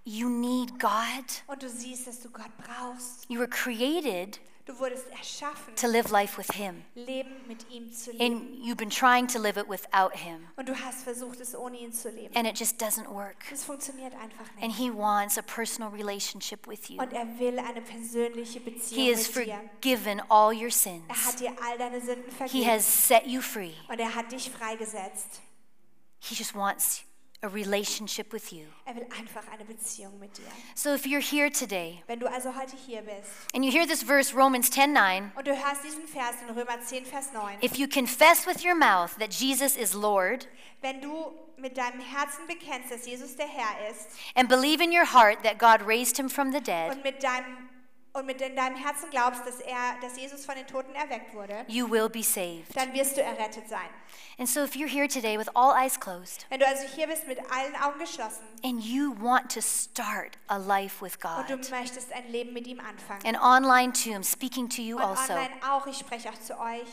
A: you need God.
B: Und du siehst, dass du Gott brauchst.
A: You were created
B: Du wurdest erschaffen,
A: to live life with him.
B: Leben mit ihm zu leben.
A: And you've been trying to live it without him,
B: Und du hast versucht, es ohne ihn zu leben.
A: and it just doesn't work.
B: Es funktioniert einfach nicht.
A: And he wants a personal relationship with you.
B: Und er will eine persönliche
A: He
B: Beziehung
A: has
B: mit dir.
A: forgiven all your sins,
B: Er hat dir all deine Sünden
A: He
B: vergeben.
A: has set you free.
B: Und er hat dich freigesetzt.
A: He just wants a relationship with you.
B: Er will einfach eine Beziehung mit dir.
A: So if you're here today
B: Wenn du also heute hier bist
A: and you hear this verse, Romans 10 9,
B: und du hörst diesen Vers in Römer 10, Vers 9,
A: if you confess with your mouth that Jesus is Lord
B: wenn du mit deinem Herzen bekennst, dass Jesus der Herr ist
A: and believe in your heart that God raised him from the dead,
B: und mit deinem und mit in deinem Herzen glaubst, dass er, dass Jesus von den Toten erweckt wurde,
A: you will be saved.
B: dann wirst du errettet sein.
A: And so if you're here today with all eyes closed
B: Wenn du also hier bist mit allen Augen geschlossen
A: and you want to start a life with
B: und du
A: God,
B: möchtest ein Leben mit ihm anfangen,
A: and online too, I'm speaking to you
B: Und
A: also.
B: online auch, ich spreche auch zu euch.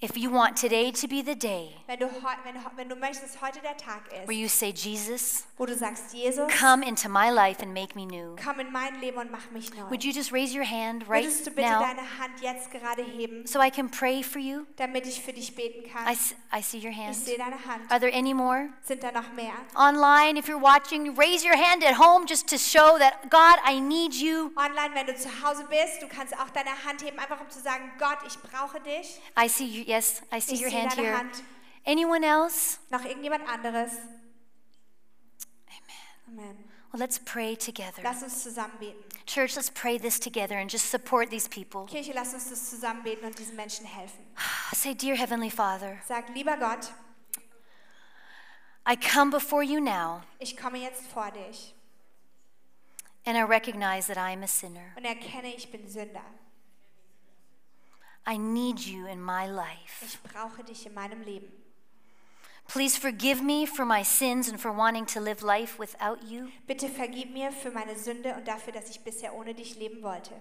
A: If you want today to be the day
B: Wenn du, heu- wenn, ho- wenn du möchtest, heute der Tag
A: where
B: ist,
A: you say, Jesus,
B: wo du sagst, Jesus,
A: come into my life and make me new,
B: komm in mein Leben und mach mich neu.
A: would you just raise your hand right
B: Würdest du bitte
A: now
B: deine Hand jetzt gerade heben,
A: so I can pray for you?
B: damit ich für dich beten
A: I,
B: kann?
A: s- I see your
B: Ich
A: hand.
B: sehe deine Hand.
A: Are there any more?
B: Sind da noch mehr?
A: Online, if you're watching, raise your hand at home just to show that, God, I need you.
B: Online, wenn du zu Hause bist, du kannst auch deine Hand heben, einfach um zu sagen, Gott, ich brauche dich.
A: I see you. Yes, I see
B: Ich
A: your
B: sehe
A: hand
B: deine
A: here.
B: Hand.
A: Anyone else?
B: Noch irgendjemand anderes? Amen. Amen.
A: Well, let's pray together.
B: Lass uns zusammen beten.
A: Church, let's pray this together and just support these people.
B: Kirche, lass uns das zusammen beten und diesen Menschen helfen.
A: Say, Dear Heavenly Father,
B: Sag, lieber Gott,
A: I come before you now
B: Ich komme jetzt vor dich
A: and I recognize that I am a sinner.
B: und erkenne, ich bin Sünder.
A: I need you in my life.
B: Ich brauche dich in meinem Leben.
A: Please forgive me for my sins and for wanting to live life without you.
B: Bitte vergib mir für meine Sünde und dafür, dass ich bisher ohne dich leben wollte.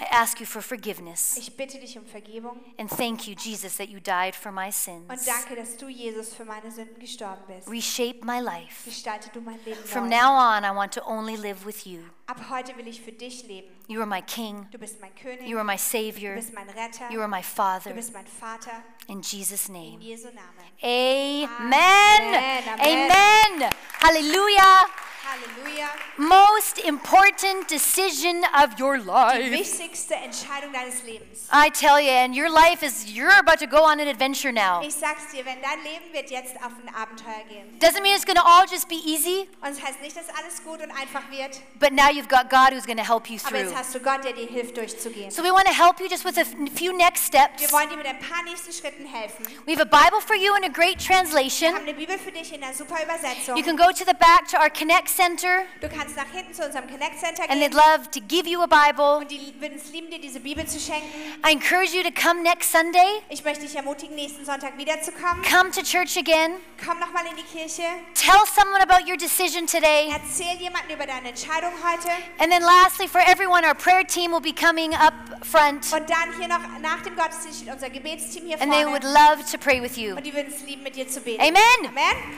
A: I ask you for forgiveness.
B: Ich bitte dich um Vergebung
A: And thank you, Jesus, that you died for my
B: und
A: sins.
B: danke, dass du, Jesus, für meine Sünden gestorben bist.
A: Reshape my life.
B: Gestalte du mein Leben
A: From
B: neu.
A: now on, I want to only live with you.
B: Ab heute will ich für dich leben.
A: You are my King.
B: Du bist mein König,
A: You are my
B: du
A: Savior.
B: bist mein Retter,
A: You are my
B: du
A: Father.
B: bist mein Vater.
A: In Jesus'
B: In
A: name.
B: Jesu Namen.
A: Amen.
B: Amen, amen.
A: Amen. Hallelujah.
B: Halleluja.
A: Most important decision of your
B: Die
A: life.
B: wichtigste Entscheidung deines Lebens.
A: I tell you, and your life is, you're about to go on an adventure now.
B: Ich sag's dir, wenn dein Leben wird jetzt auf ein Abenteuer gehen.
A: Doesn't mean it's going to all just be easy,
B: Und es heißt nicht, dass alles gut und einfach wird,
A: but now you've you've got God who's going to help you
B: Aber
A: through.
B: jetzt hast du Gott, der dir hilft, durchzugehen.
A: So we want to help you just with a f- few next steps.
B: Wir wollen dir mit ein paar nächsten Schritten helfen.
A: We have a Bible for you in a great
B: Wir haben
A: translation.
B: eine Bibel für dich in einer super Übersetzung.
A: You can go to the back to our Connect Center,
B: Du kannst nach hinten zu unserem Connect Center
A: and they'd
B: gehen.
A: love to give you a Bible.
B: Und die würden es lieben, dir diese Bibel zu schenken.
A: I encourage you to come next Sunday.
B: Ich möchte dich ermutigen, nächsten Sonntag wiederzukommen.
A: Come to church again.
B: Komm nochmal in die Kirche.
A: Tell someone about your decision today.
B: Erzähl jemandem über deine Entscheidung heute.
A: And then, lastly, for everyone, our prayer team will be coming up front,
B: Und dann hier noch nach dem Gottesdienst steht unser Gebetsteam hier
A: and they would
B: vorne.
A: love to pray with you.
B: Und die würden es lieben, mit dir zu beten.
A: Amen.
B: Amen.